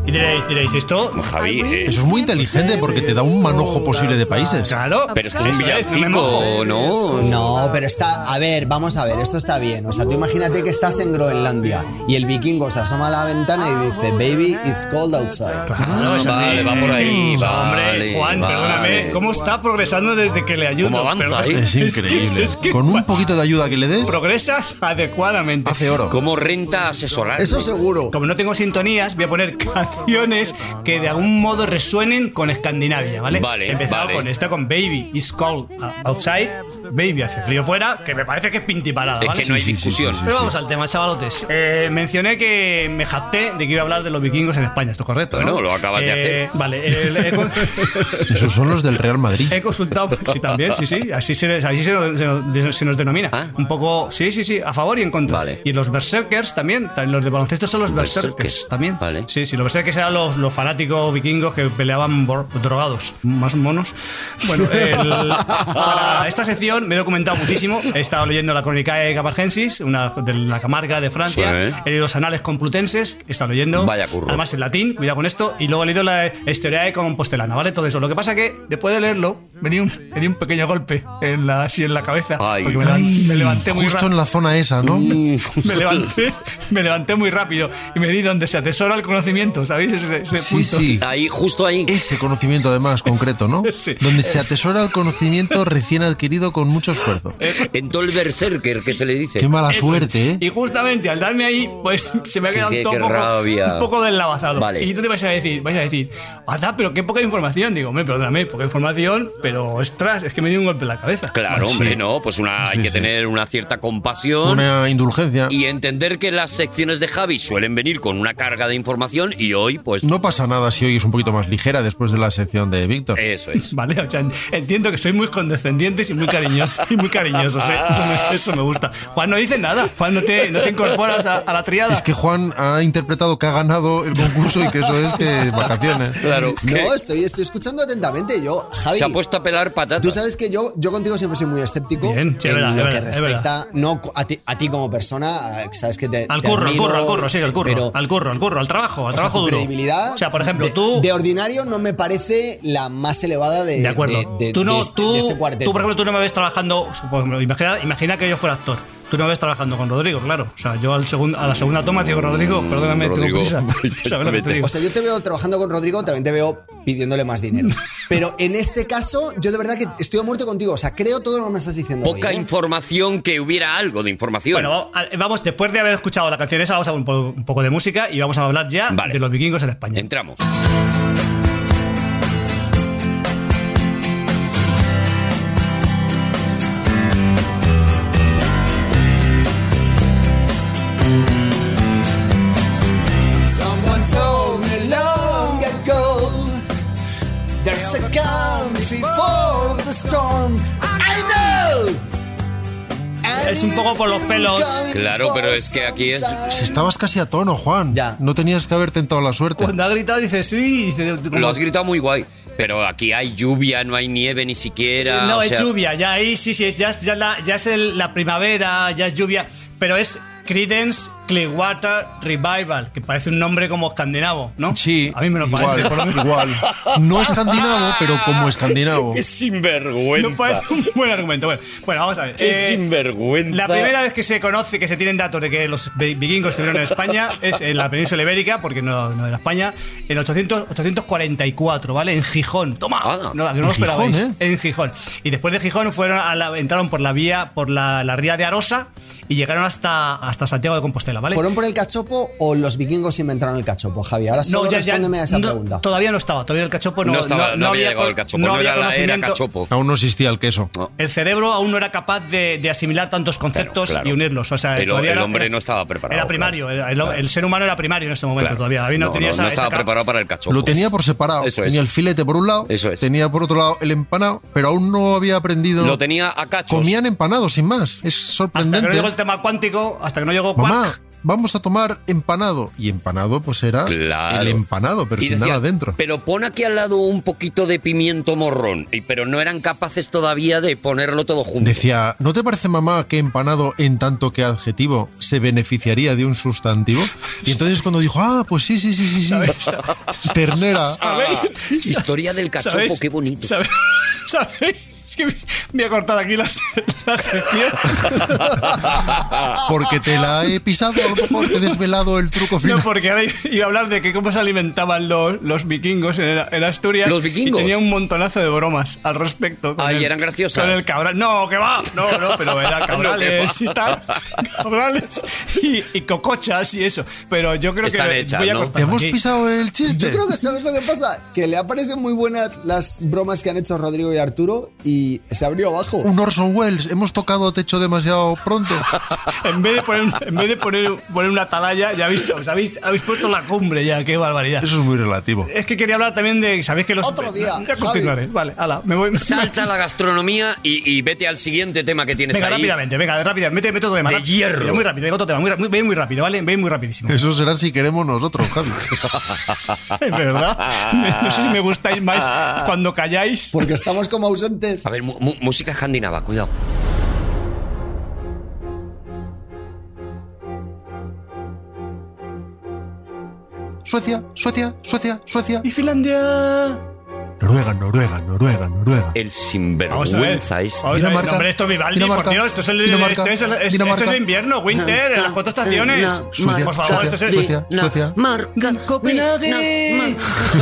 Y diréis, diréis esto.
Javi, eh,
Eso es muy inteligente porque te da un manojo posible de países.
Claro.
Pero esto es un villancico, ¿no?
Pues
No, pero está. A ver, vamos a ver, esto está bien. O sea, tú imagínate que estás en Groenlandia y el vikingo se asoma a la ventana
Ah,
y dice, Baby, it's cold outside.
Ah, vale, va por ahí. vale,
Hombre, Juan,
vale.
perdóname, ¿cómo está progresando desde que le ayudo?
¿Cómo avanza,
Perdón.
eh?
Es
que-
increíble.
es que
Con un poquito de ayuda que le des,
progresas adecuadamente.
hace oro.
Como renta asesorar.
seguro.
Como no tengo sintonías, voy a poner canciones que de algún modo resuenen con Escandinavia, ¿vale?
Vale,
He empezado
vale.
con esta, con Baby It's Cold uh, Outside, Baby Hace Frío Fuera, que me parece que es pintiparada,
Es
¿vale?
que no hay Sí, sí, sí, discusión. sí, sí,
Pero
sí.
vamos al tema, chavalotes. Eh, mencioné que me jacté de que iba a hablar de los vikingos en España, ¿esto es correcto?
Bueno,
¿no?
lo acabas de
Eh,
hacer.
Vale, el- he con-
Esos son los del Real Madrid.
He consultado, pues, sí, también, sí, sí, así se, así se, nos- se nos- se nos denomina.
Ah,
Un poco, sí, sí, sí, a favor y en contra. Y los berserkers también, ta- los de baloncesto son los berserkers, también. Sí, sí, los berserkers eran los, los fanáticos vikingos que peleaban bor- drogados, más monos. Bueno, el- para esta sección me he documentado muchísimo. He estado leyendo la Crónica Camargensis, una de la Camarga de Francia.
Sí, ¿eh?
He leído los Anales Complutenses, he estado leyendo.
Vaya curro.
Además, en latín, cuidado con esto. Y luego he leído la historia de Compostelana, ¿vale? Todo eso. Lo que pasa que después de leerlo, me di un, me di un pequeño golpe en la, así en la cabeza. porque me, levan-
Ay,
me levanté muy
justo
rápido.
en la zona esa, ¿no?
Me levanté, me levanté muy rápido y me di donde se atesora el conocimiento, ¿sabéis? Ese, ese
Sí,
punto.
sí.
Ahí, justo ahí.
Ese conocimiento, además, concreto, ¿no? Donde se atesora el conocimiento recién adquirido con mucho esfuerzo.
En todo el berserker que se le dice.
Qué mala suerte, ¿eh?
Y justamente al darme ahí, pues se me ha
Qué-
quedado
qué-
todo
qué
un poco,
rabia.
un poco deslavazado.
Vale.
Y tú te vas a decir, vais a decir, "Ata, pero qué poca información. Digo, hombre, perdóname, poca información, pero ostras, es que me dio un golpe en la cabeza.
Claro,
Sí.
hombre, no, pues una, hay
Sí,
que
sí.
tener una cierta compasión.
Una indulgencia.
Y entender que las secciones de Javi suelen venir con una carga de información y hoy, pues.
No pasa nada si hoy es un poquito
Eh,
más ligera después de la sección de Víctor.
Eso es.
Vale, o sea, entiendo que sois muy condescendientes y muy cariñosos, y muy cariñosos, ¿eh? Eso me, eso me gusta. Juan no dice nada, Juan no te, no te incorporas a, a la triada.
Es que Juan ha interpretado que ha ganado el concurso y que eso es que vacaciones.
Claro.
No, estoy, estoy escuchando atentamente. Yo, Javi.
Se ha puesto a pelar patatas.
Tú sabes que yo, yo contigo siempre soy muy escéptico
Bien, sí, es
en
verdad,
lo
es
que
verdad, es
respecta no a ti, a ti como persona, a- sabes que te
Al
te
curro, al
admiro,
curro, al curro, sí, al curro.
pero,
al curro, al curro, al trabajo, al
o sea,
trabajo
tu
duro.
credibilidad,
O sea, por ejemplo,
de-
tú.
de ordinario no me parece la más elevada de
De acuerdo.
de- de-
tú
de
no,
este-
tú,
de este cuarteto.
tú, por ejemplo, tú no me ves trabajando. supongo, imagina, imagina que yo fuera actor. Tú no me ves trabajando con Rodrigo, claro. O sea, yo al segun- a la segunda toma te digo, Rodrigo, perdóname,
Rodrigo,
tengo prisa. ¿Sabes lo que te digo?
O sea, yo te veo trabajando con Rodrigo, también te veo pidiéndole más dinero. Pero en este caso, yo de verdad que estoy a muerte contigo. O sea, creo todo lo que me estás diciendo.
Poca
hoy, ¿eh?
información que hubiera algo de información.
Bueno, vamos, a- vamos, después de haber escuchado la canción esa, vamos a un, po- un poco de música y vamos a hablar ya
Vale.
de los vikingos en España.
Entramos.
Someone told me long ago There's a calm before the storm I know And
Es un poco por los
it's
pelos.
coming
Claro,
for
pero es que aquí es.
Si estabas casi a tono, Juan. No tenías que haber tentado la suerte.
Cuando ha gritado, dice sí. Dice,
Lo has gritado muy guay. Pero aquí hay lluvia, no hay nieve ni siquiera.
Eh, No,
o
es
sea,
lluvia, ya ahí sí, sí, es- ya, es- ya, la- ya es el- la primavera, ya es lluvia, pero es Credence Clearwater Revival, que parece un nombre como escandinavo, ¿no?
Sí.
A mí me lo
igual,
parece, por lo menos.
igual. No escandinavo, pero como escandinavo.
Es sinvergüenza.
Me parece un buen argumento. Bueno, bueno, vamos a ver.
Es
Eh,
sinvergüenza.
La primera vez que se conoce, que se tienen datos de que los vi- vikingos estuvieron en España es en la península ibérica, porque no, no era España, en 800, 844, ¿vale? En Gijón. Toma.
Ah.
no, que no lo
En Gijón,
esperabais.
¿eh?
En Gijón. Y después de Gijón fueron a la- entraron por la vía, por la, la ría de Arosa y llegaron hasta, hasta Santiago de Compostela, ¿vale?
¿Fueron por el cachopo o los vikingos inventaron el cachopo, Javi? Ahora solo respóndeme a esa
no,
pregunta.
Todavía no estaba, todavía el cachopo no,
No estaba- no había
había
llegado
con-
el cachopo, no era la era
conocimiento-
cachopo.
Aún no existía el queso.
el cerebro aún no era capaz de, de asimilar tantos conceptos
claro.
y unirlos. O sea,
El,
todavía
el
era-
hombre
Ah, era-
no estaba preparado.
Era primario, el- el, el ser humano era primario en este momento
Claro.
todavía. David no,
No,
tenía
no,
esa,
no
esa
estaba
capa.
preparado para el cachopo.
Lo tenía por separado.
Eso es.
tenía el filete por un lado,
Eso es.
tenía por otro lado el empanado, pero aún no había aprendido.
Lo tenía a cachos.
Comían empanados sin más. Es
Hasta que no
sorprendente.
llegó el tema cuántico, hasta que no llegó
Mamá,
Quark.
vamos a tomar empanado. Y empanado, pues era
Claro.
el empanado, pero
Y
sin
decía,
nada dentro.
Pero pon aquí al lado un poquito de pimiento morrón. Y- Pero no eran capaces todavía de ponerlo todo junto.
Decía, ¿no te parece mamá que empanado en tanto que adjetivo se beneficiaría de un sustantivo? Y entonces cuando dijo, ah, pues sí, sí, sí, sí, sí. Ternera.
¿Sabéis?
Historia del cachopo,
¿Sabéis?
qué bonito.
¿Sabéis? ¿Sabéis? Es que me- voy a cortar aquí la, se- la sección.
Porque te la he pisado, a lo mejor te he desvelado el truco final.
Ah. No, porque ahora iba a hablar de que cómo se alimentaban los, los vikingos en, en Asturias.
¿Los vikingos?
Y tenía un montonazo de bromas al respecto. con
Ay,
el-
eran graciosas.
Con el cabral. No, que va. No, no, pero era cabrales
No,
y
que
tal.
va.
Cabrales y, y cocochas y eso. Pero yo creo
Están
que
hechas,
voy a
¿no?
cortar
Te hemos
aquí.
pisado el
Yo
chiste.
creo que sabes lo que pasa, que le ha parecido muy buenas las bromas que han hecho Rodrigo y Arturo y se abrió abajo.
Un Orson Welles, hemos tocado techo demasiado pronto.
En vez de poner, en vez de poner, poner una atalaya, ya habéis, os habéis, habéis puesto la cumbre ya. Qué barbaridad.
Eso es muy relativo.
Es que quería hablar también de. ¿Sabéis que los.
Otro día,
Ya continuaré.
Javi.
eh? Vale, ala, me voy.
Salta a la gastronomía y, y vete al siguiente tema que tienes
Venga,
ahí.
rápidamente, venga, rápidamente, mete, mete otro tema.
De
rápido.
hierro.
Muy rápido, venga, otro tema, muy, ra- muy, ve muy rápido, ¿vale? Ve muy rapidísimo.
Eso será si queremos nosotros, Javi.
Es verdad. Me- No sé si me gustáis más cuando calláis.
Porque estamos como ausentes.
A ver, mu- mu- música escandinava, cuidado.
Suecia, Suecia, Suecia, Suecia.
Y Finlandia.
Noruega, Noruega, Noruega, Noruega.
El
Vamos a ver.
sinvergüenza este.
Vamos a ver,
Dinamarca.
no, hombre, esto es Vivaldi,
Dinamarca.
por Dios. Esto es el,
Dinamarca.
esto es, el- es-
Dinamarca.
esto es invierno, winter, en las cuatro estaciones.
Suecia,
por favor,
Suecia,
esto es.
Suecia, Suecia.
Marca.
Copenhague.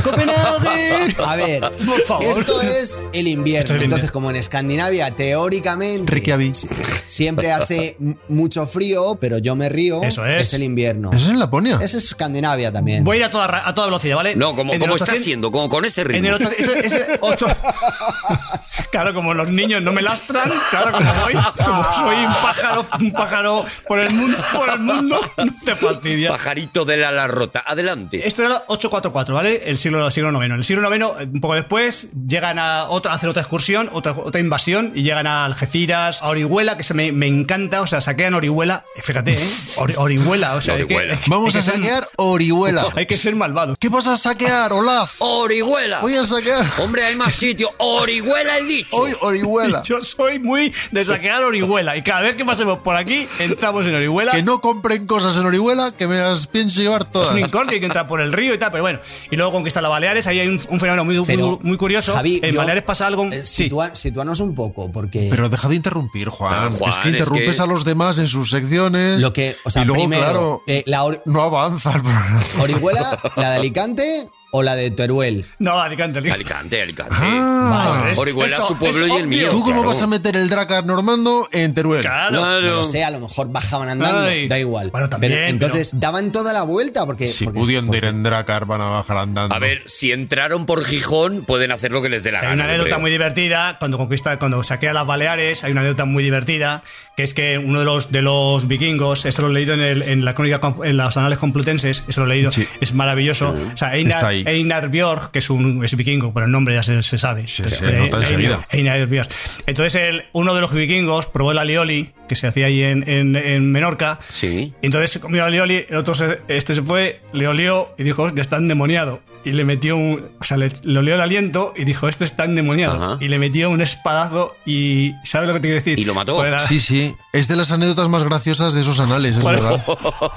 Copenhague.
A ver,
Por favor.
esto es el invierno.
Esto es el
Entonces,
invierno.
como en Escandinavia, teóricamente,
Reykjavik.
si- siempre hace m- mucho frío, pero yo me río.
Eso es.
el invierno.
Eso es en Laponia.
Eso es Escandinavia también.
Voy a ir a toda, ra- a toda velocidad, ¿vale?
No, como,
En el
como está
800
siendo, como con ese
En el
ritmo.
otro- esto- este ocho- claro, como los niños no me lastran, claro, como soy, como soy un pájaro, un pájaro por el mundo, por el mundo, te fastidia.
Pajarito de la larrota. Adelante.
Esto era 844, ¿vale? ¿vale? El siglo, siglo IX. En el siglo IX, un poco después, llegan a, otra, a hacer otra excursión, otra, otra invasión, y llegan a Algeciras, a Orihuela, que se me, me encanta, o sea, saquean Orihuela, eh, fíjate, ¿eh? Ori- Orihuela, o sea, hay que- hay que-
Vamos
hay
a
que ser-
saquear Orihuela.
Hay que ser malvado.
¿Qué vas a saquear, Olaf?
Orihuela.
Voy a saquear.
Hombre, hay más sitio. Orihuela he dicho.
Hoy Orihuela.
Yo soy muy de saquear Orihuela, y cada vez que pasemos por aquí, entramos en Orihuela.
Que no compren cosas en Orihuela, que me las pienso llevar
Es
todas.
un incordio, hay que entrar por el río y tal, pero bueno. Y luego conquista las Baleares, ahí hay un, un fenómeno muy, muy-
Pero,
muy curioso.
Javi,
en
yo-
Baleares pasa algo.
Eh, sitúa- Sitúanos un poco, porque.
Pero deja de interrumpir, Juan.
Claro, Juan,
es que
es
interrumpes
que-
a los demás en sus secciones.
Lo que- o sea,
y luego,
primero, eh,
claro, no avanza el programa.
¿Orihuela, la de Alicante o la de Teruel?
No, Alicante, Alicante.
Alicante, Alicante.
Ah,
Vale.
Orihuela
Eso
su pueblo
es
y el mío.
¿Tú cómo
claro.
vas a meter el Dracar Normando en Teruel?
Claro.
No lo sé, a lo mejor bajaban andando,
Ay.
da igual.
Bueno, también,
Pero entonces daban toda la vuelta porque.
Si
porque-
pudiendo ir en Dracar van a bajar andando.
A ver, si entraron por Gijón, pueden hacer lo que les dé la
Hay
gana.
una
yo
anécdota
creo.
muy divertida cuando conquista, cuando saquea las Baleares, hay una anécdota muy divertida, que es que uno de los de los vikingos, esto lo he leído en, el- en la crónica com- en los anales complutenses, esto lo he leído, es maravilloso. O
Está
sea, Einar,
ahí.
Einar Björg, que es un es vikingo, pero el nombre ya se, se sabe. eh,
se nota enseguida.
Einar Björg. Entonces, el- uno de los vikingos probó el alioli, que se hacía ahí en, en- en Menorca.
Sí.
Entonces comió el alioli, el otro se- este se fue, le olió y dijo, ya está endemoniado. Y le metió un. O sea, le, le olió el aliento y dijo, este está endemoniado.
Ajá.
Y le metió un espadazo y. ¿Sabes lo que te quiero decir?
Y lo mató.
Por el-
Sí, sí. Es de las anécdotas más graciosas de esos anales, es
Bueno.
verdad.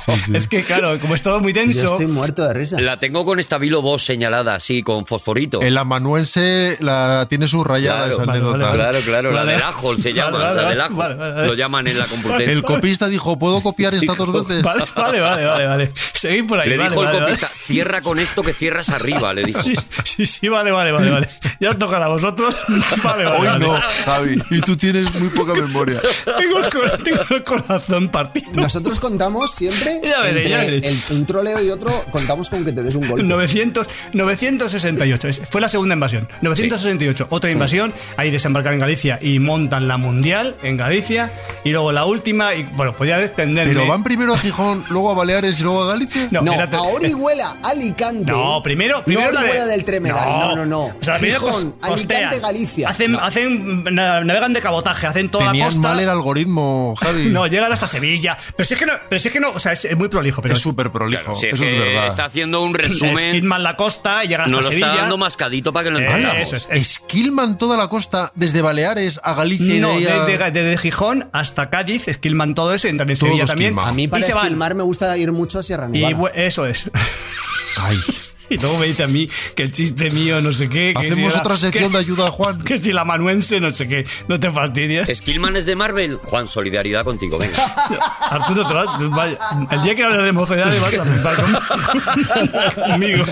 Es que, claro, como es todo muy tenso.
Yo estoy muerto de risa.
La tengo con esta vos señalada, así, con fosforito.
El amanuense la tiene subrayada
Claro,
esa
vale,
anécdota.
vale, claro, claro, la
Vale.
del ajol se llama,
Vale, vale,
la del
vale,
ajol.
vale, vale.
Lo llaman en la competencia.
El copista dijo, ¿puedo copiar esta dos veces?
Vale, vale, vale, vale, vale. Seguid por ahí.
Le
vale,
dijo el
vale, vale.
copista, cierra con esto que cierras arriba, le dijo.
Sí, sí, sí, vale, vale, vale, vale. Ya os tocará a vosotros. Vale, vale,
Hoy
vale.
no, Javi. Y tú tienes muy poca memoria.
Tengo el, cor- tengo el corazón partido.
Nosotros contamos siempre.
Ya veré,
entre
ya veré.
el- un troleo y otro, contamos con que te des un golpe.
900, 968, es- fue la segunda invasión. 968, otra invasión, ahí desembarcan en Galicia y montan la mundial en Galicia. Y luego la última, y bueno, podía extenderme.
Pero van primero a Gijón, luego a Baleares y luego a Galicia.
No,
No,
era ter-
a Orihuela, Alicante.
No, primero, primero
no
la de-
Orihuela del Tremedal. No, no, no.
O sea, primero cos-
Gijón, Alicante,
costean.
Galicia.
Hacen, hacen, na- navegan de cabotaje, hacen toda la
Tenían
costa.
mal el algoritmo, Javi.
No, llegan hasta Sevilla. Pero si es que no, pero si es que no, o sea, es, es muy prolijo, pero
es súper prolijo.
Claro, si es
eso es
que
verdad.
Está haciendo un resumen.
esquilman la costa y llegan hasta
Nos lo
Sevilla.
está dando mascadito para que lo
Eh,
entendamos.
eso es,
Esquilman toda la costa, desde Baleares a Galicia
No,
y de ahí a-
desde, desde Gijón hasta Cádiz, esquilman todo eso, entran en
Todos
Sevilla también.
esquilman. A mí
y
Para
se van.
esquilmar me gusta ir mucho a Sierra
Y
Nevada.
bu- eso es.
Ay,
Y luego me dice a mí que el chiste mío, no sé qué. que
Hacemos
si la-
otra sección
que-
de ayuda a Juan.
Que si la manuense, no sé qué. No te fastidies.
Skillman es de Marvel. Juan, solidaridad contigo, venga.
Arturo, te vas- vaya, el día que hables de mocedades vas a flipar con- conmigo.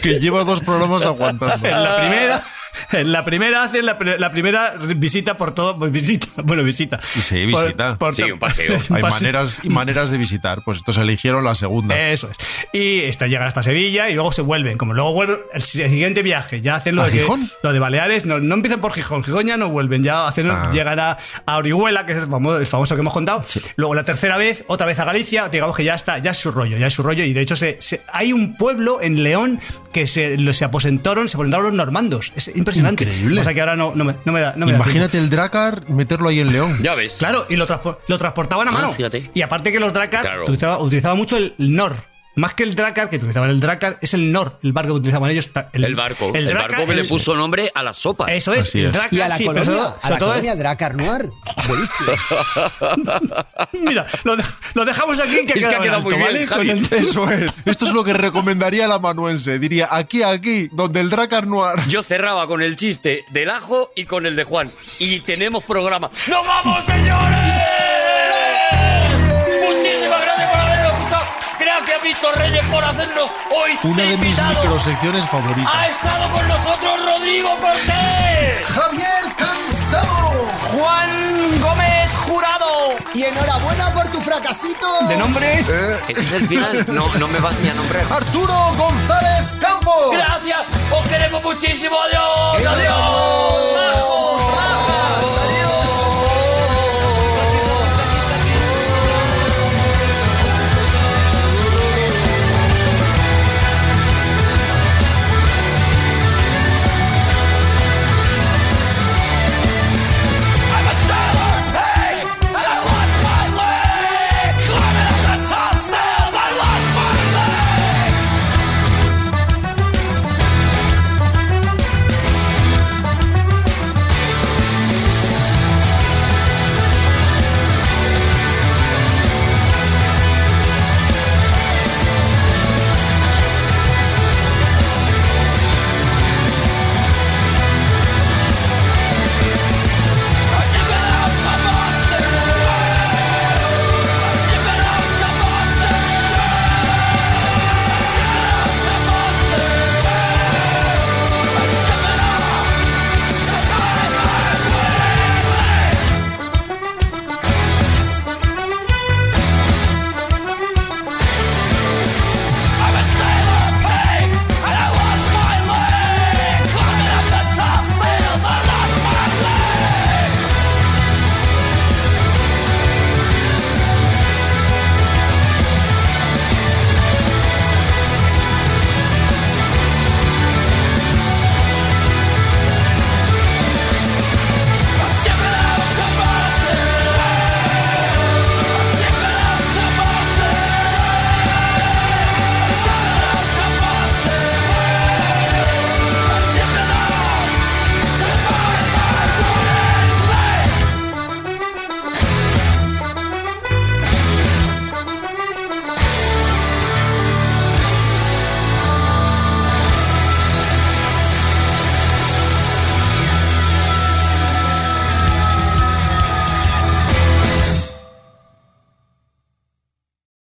Que lleva dos programas aguantando.
En la primera. En la primera hacen la, pri- la primera visita por todo. pues visita, bueno, visita.
Sí,
Por-
visita.
por
Sí,
to-
un paseo.
un Eh,
Hay
paseo.
maneras y maneras de visitar. Pues estos eligieron la segunda.
Eso es. Y esta, llegan hasta Sevilla y luego se vuelven. Como luego vuelven el si- el siguiente viaje, ya hacen lo
¿A
de, que-
Gijón?
lo de Baleares. No, no empiezan por Gijón, Gijón ya no vuelven. Ya hacen,
Ah.
llegan a, a Orihuela, que es el famoso, el famoso que hemos contado. Luego la tercera vez, otra vez a Galicia. Digamos que ya está, ya es su rollo, ya es su rollo. Y de hecho, se, se- hay un pueblo en León que se, lo- se aposentaron, se aposentaron los normandos. Es impresionante.
Increíble.
O sea que ahora no, no me, no me da. no me da tiempo.
Imagínate el Dracar meterlo ahí en León.
Ya ves.
Claro, y lo, transpo- lo transportaban a
Ah,
mano.
fíjate.
Y aparte que los Drakkar
Claro.
utilizaba- utilizaban mucho el NOR. Más que el Drakkar, que utilizaban el Drakkar, es el NOR, el barco que utilizaban ellos. ta-
El barco. El,
Drakkar,
barco que le
el-
puso nombre a la sopa.
Eso es,
Así
el
es.
Drakkar,
Y a la
sí, pero
colonia,
sobre-
a la
sobre todo-
colonia Dracar Noir. Buenísimo.
Mira, lo, de- lo dejamos aquí que ha
Es que ha
quedado, en
quedado muy
alto,
bien, Javi.
¿vale? Con el-
Eso es. Esto es lo que recomendaría el amanuense. Diría, aquí, aquí, donde el Dracar Noir.
Yo cerraba con el chiste del ajo y con el de Juan. Y tenemos programa. ¡Nos vamos, señores! Muchísimas gracias por habernos escuchado. Gracias, Víctor Reyes, por hacernos hoy
Una
de
de mis
invitado.
microsecciones
Ha
favoritas.
estado con nosotros Rodrigo Cortés.
Javier Cansado.
Juan Gómez Jurado.
Y enhorabuena por tu fracasito.
de nombre.
Ese es el final. No, no me vas ni a nombrar.
Arturo González Campos.
Gracias. Os queremos muchísimo. Adiós. Adiós.